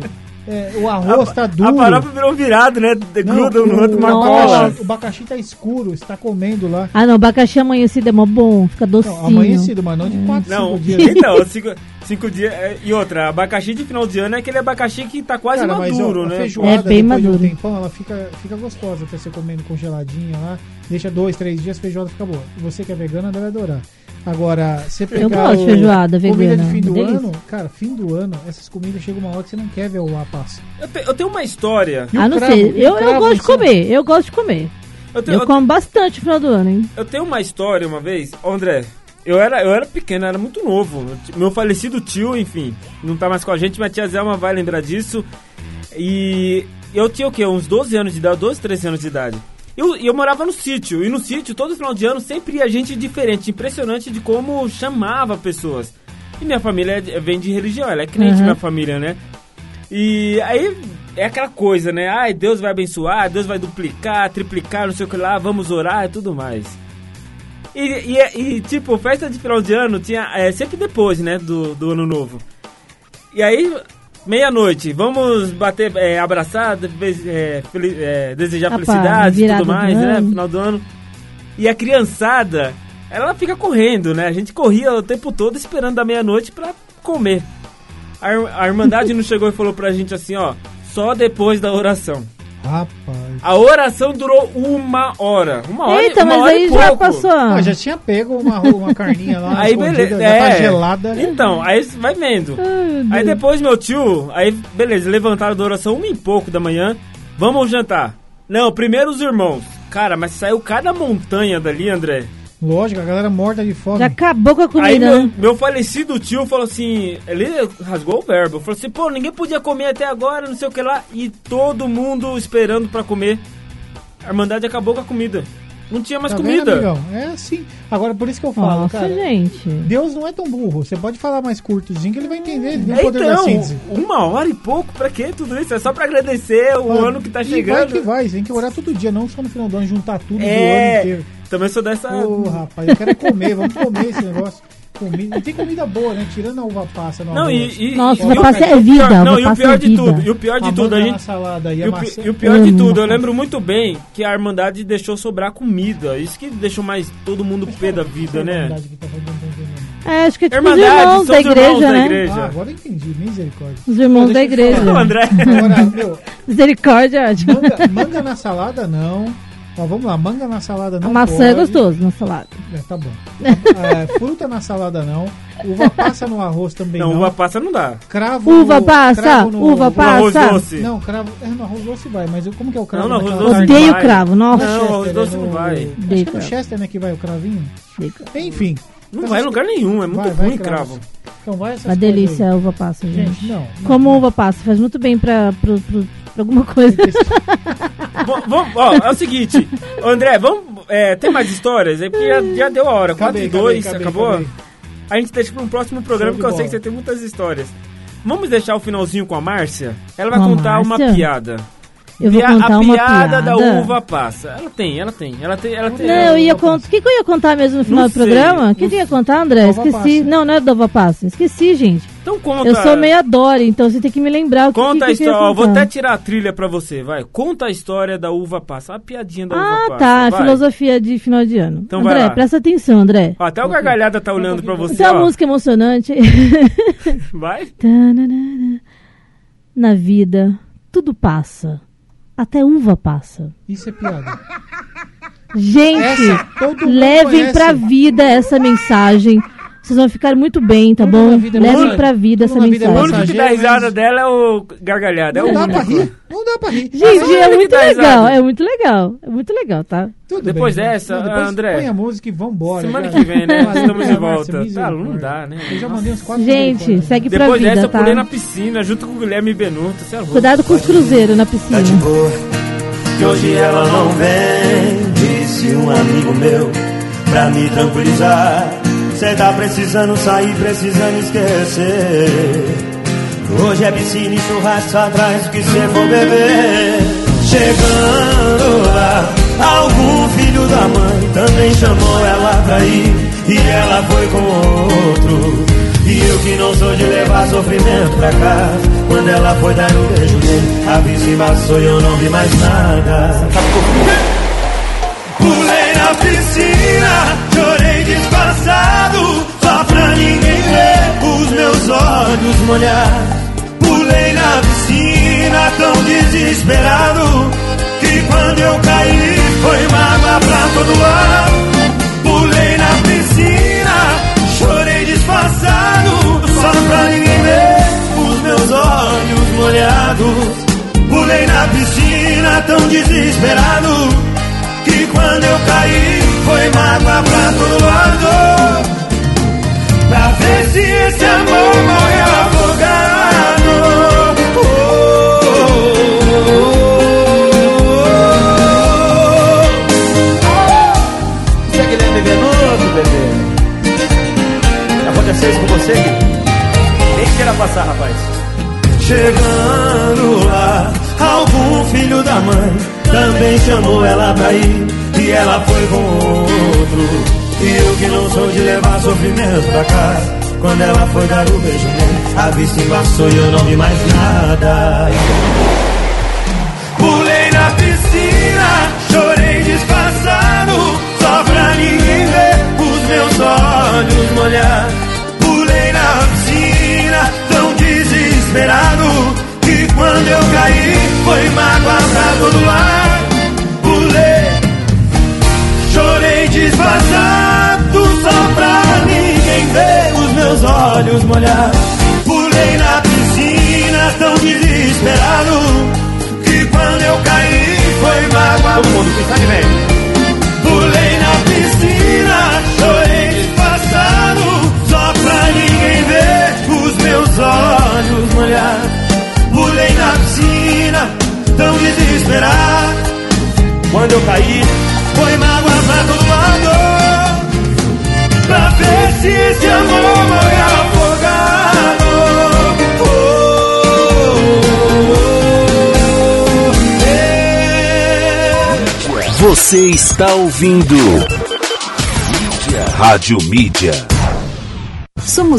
[SPEAKER 3] é, o arroz tá duro.
[SPEAKER 2] A farofa virou virado, né? De-
[SPEAKER 3] Não,
[SPEAKER 2] Gruda um no
[SPEAKER 3] o-
[SPEAKER 2] outro uma
[SPEAKER 3] o
[SPEAKER 2] cola.
[SPEAKER 3] abacaxi- O abacaxi tá escuro, você tá comendo lá.
[SPEAKER 4] Ah, não, abacaxi amanhecido é mó bom, fica docinho.
[SPEAKER 3] Não, amanhecido, mas
[SPEAKER 4] É.
[SPEAKER 3] não de 4,
[SPEAKER 2] Não,
[SPEAKER 3] 5 dias.
[SPEAKER 2] então, cinco, cinco dias. é, E outra, abacaxi de final de ano é aquele abacaxi que tá quase maduro,
[SPEAKER 3] ó, a
[SPEAKER 2] né?
[SPEAKER 3] feijoada,
[SPEAKER 4] É bem
[SPEAKER 3] depois de
[SPEAKER 4] maduro.
[SPEAKER 3] um tempão, ela fica, fica gostosa até você comendo congeladinha lá. Deixa dois, três dias, a feijoada fica boa. Você que é vegana deve adorar. Agora, você pegar
[SPEAKER 4] gosto de
[SPEAKER 3] o-
[SPEAKER 4] feijoada
[SPEAKER 3] comida
[SPEAKER 4] vegana,
[SPEAKER 3] de fim do
[SPEAKER 4] delícia.
[SPEAKER 3] ano, cara, fim do ano, essas comidas chegam uma hora que você não quer ver o passo.
[SPEAKER 2] Eu, te- eu tenho uma história.
[SPEAKER 3] E o
[SPEAKER 4] ah, não
[SPEAKER 3] cravo?
[SPEAKER 4] sei.
[SPEAKER 3] E o
[SPEAKER 4] Eu, eu
[SPEAKER 3] cravo,
[SPEAKER 4] gosto de
[SPEAKER 3] você-
[SPEAKER 4] comer, eu gosto de comer.
[SPEAKER 2] Eu, te- Então,
[SPEAKER 4] Eu
[SPEAKER 2] eu-
[SPEAKER 4] como bastante no final do ano, hein?
[SPEAKER 2] eu tenho uma história uma vez, Ô, André. Eu era, eu era pequeno, eu era muito novo. Eu ti- Meu falecido tio, enfim, não tá mais com a gente, mas a tia Zelma vai lembrar disso. E eu tinha o quê? Uns 12 anos de idade, 12, 13 anos de idade. E eu, e eu morava no sítio, e no sítio, todo final de ano, sempre ia gente diferente. Impressionante de como chamava pessoas. E minha família é de- é- vem de religião, ela é crente,
[SPEAKER 4] Uhum.
[SPEAKER 2] minha família, né? E aí é aquela coisa, né? Ai, Deus vai abençoar, Deus vai duplicar, triplicar, não sei o que lá, vamos orar e tudo mais. E, e- e, tipo, festa de final de ano tinha é, sempre depois, né? Do, do ano novo. E aí, meia-noite, vamos bater, é, abraçar, de- é, fel- é, desejar
[SPEAKER 4] Ah, pá,
[SPEAKER 2] felicidade e
[SPEAKER 4] virada
[SPEAKER 2] tudo
[SPEAKER 4] do
[SPEAKER 2] mais, né?
[SPEAKER 4] ano.
[SPEAKER 2] Final do ano. E a criançada, ela fica correndo, né? A gente corria o tempo todo esperando da meia-noite pra comer. A, ir- a Irmandade não chegou e falou pra gente assim, ó, só depois da oração.
[SPEAKER 3] Rapaz.
[SPEAKER 2] A oração durou uma hora. Uma hora, e-
[SPEAKER 4] Eita,
[SPEAKER 2] uma
[SPEAKER 4] mas
[SPEAKER 2] hora
[SPEAKER 4] aí
[SPEAKER 2] e
[SPEAKER 4] já
[SPEAKER 2] pouco.
[SPEAKER 4] passou.
[SPEAKER 3] Ah, já tinha pego uma, uma carninha lá,
[SPEAKER 2] Aí
[SPEAKER 3] escondida,
[SPEAKER 2] beleza. É.
[SPEAKER 3] já tá gelada.
[SPEAKER 2] Então, aí você vai vendo. Aí depois meu tio, aí beleza, levantaram da oração uma e pouco da manhã. Vamos jantar. Não, primeiro os irmãos. Cara, mas saiu cada montanha dali, André.
[SPEAKER 3] Lógico, a galera morta de fome.
[SPEAKER 4] Já acabou com a
[SPEAKER 2] Aí
[SPEAKER 4] comida,
[SPEAKER 2] meu,
[SPEAKER 4] né?
[SPEAKER 2] meu falecido tio falou assim, ele rasgou o verbo, falou assim, pô, ninguém podia comer até agora, não sei o que lá, e todo mundo esperando pra comer. A Irmandade acabou com a comida. Não tinha mais
[SPEAKER 3] Tá vendo,
[SPEAKER 2] comida.
[SPEAKER 3] amigão? É assim. Agora, por isso que eu falo,
[SPEAKER 4] Nossa,
[SPEAKER 3] cara.
[SPEAKER 4] gente.
[SPEAKER 3] Deus não é tão burro. Você pode falar mais curtozinho que ele vai entender. Ele tem
[SPEAKER 2] É,
[SPEAKER 3] o poder da
[SPEAKER 2] então,
[SPEAKER 3] síntese.
[SPEAKER 2] uma hora e pouco, pra que tudo isso? É só pra agradecer o
[SPEAKER 3] Mano,
[SPEAKER 2] ano que tá
[SPEAKER 3] Ah, E vai
[SPEAKER 2] chegando.
[SPEAKER 3] que vai. Você tem que orar todo dia, não só no final do ano, juntar tudo
[SPEAKER 2] É.
[SPEAKER 3] do ano inteiro.
[SPEAKER 2] Também sou dessa.
[SPEAKER 3] Ô, rapaz, eu quero é comer. Vamos comer esse negócio. Comida. E tem comida boa, né? Tirando a uva passa. No
[SPEAKER 2] Não,
[SPEAKER 3] almoço.
[SPEAKER 2] e, e-
[SPEAKER 4] Nossa,
[SPEAKER 2] e
[SPEAKER 4] vou
[SPEAKER 2] o-
[SPEAKER 4] passar- é
[SPEAKER 2] o pior-
[SPEAKER 4] vida,
[SPEAKER 2] Não,
[SPEAKER 4] vou
[SPEAKER 2] e o
[SPEAKER 4] passar
[SPEAKER 2] pior de
[SPEAKER 4] vida.
[SPEAKER 2] tudo, e o pior de
[SPEAKER 3] A
[SPEAKER 2] tudo, a
[SPEAKER 3] manga na
[SPEAKER 2] gente.
[SPEAKER 3] salada e
[SPEAKER 2] E
[SPEAKER 3] a
[SPEAKER 2] o, pi-
[SPEAKER 3] é maçã.
[SPEAKER 2] e o pior de
[SPEAKER 4] Amo
[SPEAKER 2] tudo, eu
[SPEAKER 4] maçã.
[SPEAKER 2] lembro muito bem que a Irmandade deixou sobrar comida. Isso que deixou mais todo mundo pé da vida, né?
[SPEAKER 3] Verdade que tá falando, não tô entendendo.
[SPEAKER 4] É, acho que é tipo os
[SPEAKER 2] Irmandade,
[SPEAKER 4] irmãos
[SPEAKER 2] são
[SPEAKER 4] da
[SPEAKER 2] os irmãos
[SPEAKER 4] igreja,
[SPEAKER 2] da
[SPEAKER 4] né?
[SPEAKER 2] igreja.
[SPEAKER 3] Ah, agora eu entendi. Misericórdia.
[SPEAKER 4] Os irmãos
[SPEAKER 3] Não,
[SPEAKER 4] da
[SPEAKER 3] deixa eu
[SPEAKER 4] igreja.
[SPEAKER 2] Não, André.
[SPEAKER 3] Agora, meu,
[SPEAKER 4] Misericórdia, ótimo.
[SPEAKER 3] manga, manga na salada, não. Ó, vamos lá. Manga na salada, não
[SPEAKER 4] A maçã
[SPEAKER 3] pode.
[SPEAKER 4] é gostoso na salada.
[SPEAKER 3] É, tá bom. É, fruta na salada não. Uva passa no arroz também não.
[SPEAKER 2] Não, uva passa não dá.
[SPEAKER 3] Cravo
[SPEAKER 4] Uva
[SPEAKER 3] no-
[SPEAKER 4] passa,
[SPEAKER 3] cravo no-
[SPEAKER 4] uva
[SPEAKER 3] no-
[SPEAKER 2] No arroz
[SPEAKER 4] passa.
[SPEAKER 2] doce.
[SPEAKER 3] Não, cravo. É, no arroz doce vai, mas eu- como que é o cravo?
[SPEAKER 2] Não, no arroz
[SPEAKER 3] naquela
[SPEAKER 2] doce
[SPEAKER 3] carne?
[SPEAKER 2] não
[SPEAKER 4] Odeio
[SPEAKER 2] vai.
[SPEAKER 4] cravo, nossa.
[SPEAKER 2] Não,
[SPEAKER 3] Chester,
[SPEAKER 2] arroz doce
[SPEAKER 3] é
[SPEAKER 2] não
[SPEAKER 3] no-
[SPEAKER 2] vai.
[SPEAKER 3] Acho que é
[SPEAKER 4] Cravo.
[SPEAKER 3] no Chester, né, que vai o cravinho.
[SPEAKER 4] Odeio cravo.
[SPEAKER 3] Enfim.
[SPEAKER 2] Não vai em lugar nenhum, é muito
[SPEAKER 3] Vai, vai,
[SPEAKER 2] ruim cravo.
[SPEAKER 3] cravo. Então vai essas
[SPEAKER 4] Uma
[SPEAKER 3] coisas aí.
[SPEAKER 4] delícia a uva passa, gente.
[SPEAKER 3] Gente, não. não.
[SPEAKER 4] Como uva passa, faz muito bem pra, pro- pro- pra alguma coisa.
[SPEAKER 2] Bom, vamos, ó, é o seguinte, André, vamos. É, tem mais histórias? É porque já, já deu a hora. 4
[SPEAKER 3] Acabei,
[SPEAKER 2] e 2,
[SPEAKER 3] acabei,
[SPEAKER 2] acabou?
[SPEAKER 3] acabei,
[SPEAKER 2] A gente deixa para um próximo programa,
[SPEAKER 3] Show de
[SPEAKER 2] porque eu sei
[SPEAKER 3] bola.
[SPEAKER 2] que você tem muitas histórias. Vamos deixar o finalzinho com a Márcia? Ela vai
[SPEAKER 4] Com a
[SPEAKER 2] contar uma
[SPEAKER 4] Márcia?
[SPEAKER 2] piada.
[SPEAKER 4] Eu vou
[SPEAKER 2] Pia-
[SPEAKER 4] contar
[SPEAKER 2] a
[SPEAKER 4] uma
[SPEAKER 2] piada
[SPEAKER 4] piada.
[SPEAKER 2] da uva passa. Ela tem, ela tem. Ela tem, ela tem.
[SPEAKER 4] Não, eu ia contar. O que, que eu ia contar mesmo no final
[SPEAKER 2] Não
[SPEAKER 4] do
[SPEAKER 2] sei,
[SPEAKER 4] programa?
[SPEAKER 2] não
[SPEAKER 4] O que, que eu ia
[SPEAKER 2] sei.
[SPEAKER 4] contar, André?
[SPEAKER 3] Uva
[SPEAKER 4] Esqueci.
[SPEAKER 3] passa.
[SPEAKER 4] Não, não é da uva passa. Esqueci, gente.
[SPEAKER 2] Então conta.
[SPEAKER 4] Eu sou meia Dory, então você tem que me lembrar o que,
[SPEAKER 2] Conta
[SPEAKER 4] que,
[SPEAKER 2] a
[SPEAKER 4] que eu ia
[SPEAKER 2] história. Ó, vou
[SPEAKER 4] contar.
[SPEAKER 2] até tirar a trilha pra você, vai. Conta a história da uva passa. A piadinha da uva
[SPEAKER 4] Ah,
[SPEAKER 2] passa.
[SPEAKER 4] tá.
[SPEAKER 2] vai.
[SPEAKER 4] Filosofia de final de ano.
[SPEAKER 2] Então vai
[SPEAKER 4] André,
[SPEAKER 2] lá.
[SPEAKER 4] presta atenção, André.
[SPEAKER 2] Ó, até o gargalhada tá olhando pra você.
[SPEAKER 4] Isso é uma
[SPEAKER 2] ó.
[SPEAKER 4] música emocionante.
[SPEAKER 2] Vai.
[SPEAKER 4] Tananana. Na vida, tudo passa. Até uva passa.
[SPEAKER 3] Isso é piada.
[SPEAKER 4] Gente,
[SPEAKER 3] todo mundo
[SPEAKER 4] levem
[SPEAKER 3] conhece.
[SPEAKER 4] pra vida essa mensagem. Vocês vão ficar muito bem, tá
[SPEAKER 3] Tudo na
[SPEAKER 4] bom?
[SPEAKER 3] vida é
[SPEAKER 4] Levem
[SPEAKER 3] mensagem.
[SPEAKER 4] pra vida
[SPEAKER 3] Tudo
[SPEAKER 4] essa
[SPEAKER 3] na vida é
[SPEAKER 2] O
[SPEAKER 4] mensagem.
[SPEAKER 2] único que dá
[SPEAKER 3] Passageiro,
[SPEAKER 2] risada
[SPEAKER 3] mas-
[SPEAKER 2] dela é o gargalhada. É o
[SPEAKER 3] Não dá pra
[SPEAKER 2] único.
[SPEAKER 3] rir. Não dá pra rir. Tá
[SPEAKER 4] Gente,
[SPEAKER 2] Ah,
[SPEAKER 4] é muito
[SPEAKER 2] dá
[SPEAKER 4] legal,
[SPEAKER 2] risada.
[SPEAKER 4] é muito legal, é muito legal, tá?
[SPEAKER 3] Tudo
[SPEAKER 2] Depois
[SPEAKER 3] bem. né?
[SPEAKER 2] dessa,
[SPEAKER 3] Não, depois
[SPEAKER 2] André.
[SPEAKER 3] Põe a música e vambora.
[SPEAKER 2] Semana
[SPEAKER 3] já.
[SPEAKER 2] que vem, né?
[SPEAKER 3] Valeu,
[SPEAKER 2] Estamos de
[SPEAKER 3] Márcia,
[SPEAKER 2] volta. Tá, não dá, né?
[SPEAKER 3] Eu já mandei uns quatro
[SPEAKER 4] Gente,
[SPEAKER 3] misericórdia.
[SPEAKER 4] segue pra
[SPEAKER 2] Depois
[SPEAKER 4] vida,
[SPEAKER 2] dessa, eu
[SPEAKER 4] tá?
[SPEAKER 2] pulei na piscina junto com o Guilherme Benuto. Você é louco.
[SPEAKER 4] Cuidado com os cruzeiros na piscina.
[SPEAKER 8] Tá de boa, que hoje ela não vem. Disse um amigo meu, pra me tranquilizar. Cê tá precisando sair, precisando esquecer. Hoje é piscina e churrasco, só traz o que cê for beber. Chega
[SPEAKER 10] chegando lá. Algum filho da mãe também chamou ela pra ir. E ela foi com outro. E eu que não sou de levar sofrimento pra cá. Quando ela foi dar um beijo nele, a bici passou e eu não vi mais nada. Pulei na piscina, chorei disfarçado, só pra ninguém ver os meus olhos molhar. Pulei na piscina, tão desesperado, que quando eu caí foi mágoa pra todo lado. Pulei na piscina, chorei disfarçado, só pra ninguém ver os meus olhos molhados. Pulei na piscina, tão desesperado. Que quando eu caí foi mágoa pra todo lado Pra ver se esse amor morre afogado Oh, oh, oh,
[SPEAKER 11] Você é Guilherme Venuto, bebê. Aconteceu isso com você, Guilherme? Nem queira passar, rapaz.
[SPEAKER 10] oh. Chegando lá, algum filho da mãe Também chamou ela pra ir E ela foi com outro E eu que não sou de levar sofrimento pra casa Quando ela foi dar o beijo nele A vista embaçou e eu não vi mais nada Pulei na piscina, chorei disfarçado, só pra ninguém ver os meus olhos molhar. Pulei na piscina, tão desesperado, que quando eu caí foi mágoa pra todo lado. Pulei Chorei disfarçado só pra ninguém ver os meus olhos molhar. Pulei na piscina tão desesperado que quando eu caí foi mágoa.
[SPEAKER 11] Todo mundo, quem sabe vem.
[SPEAKER 10] Pulei na piscina, chorei disfarçado só pra ninguém ver os meus olhos molhar. Pulei na piscina tão desesperado
[SPEAKER 11] Quando eu caí,
[SPEAKER 10] foi mágoa pra todo lado Pra ver se esse amor vai afogado Oh, oh, oh, yeah.
[SPEAKER 1] Você está ouvindo Rádio Mídia.
[SPEAKER 12] Somos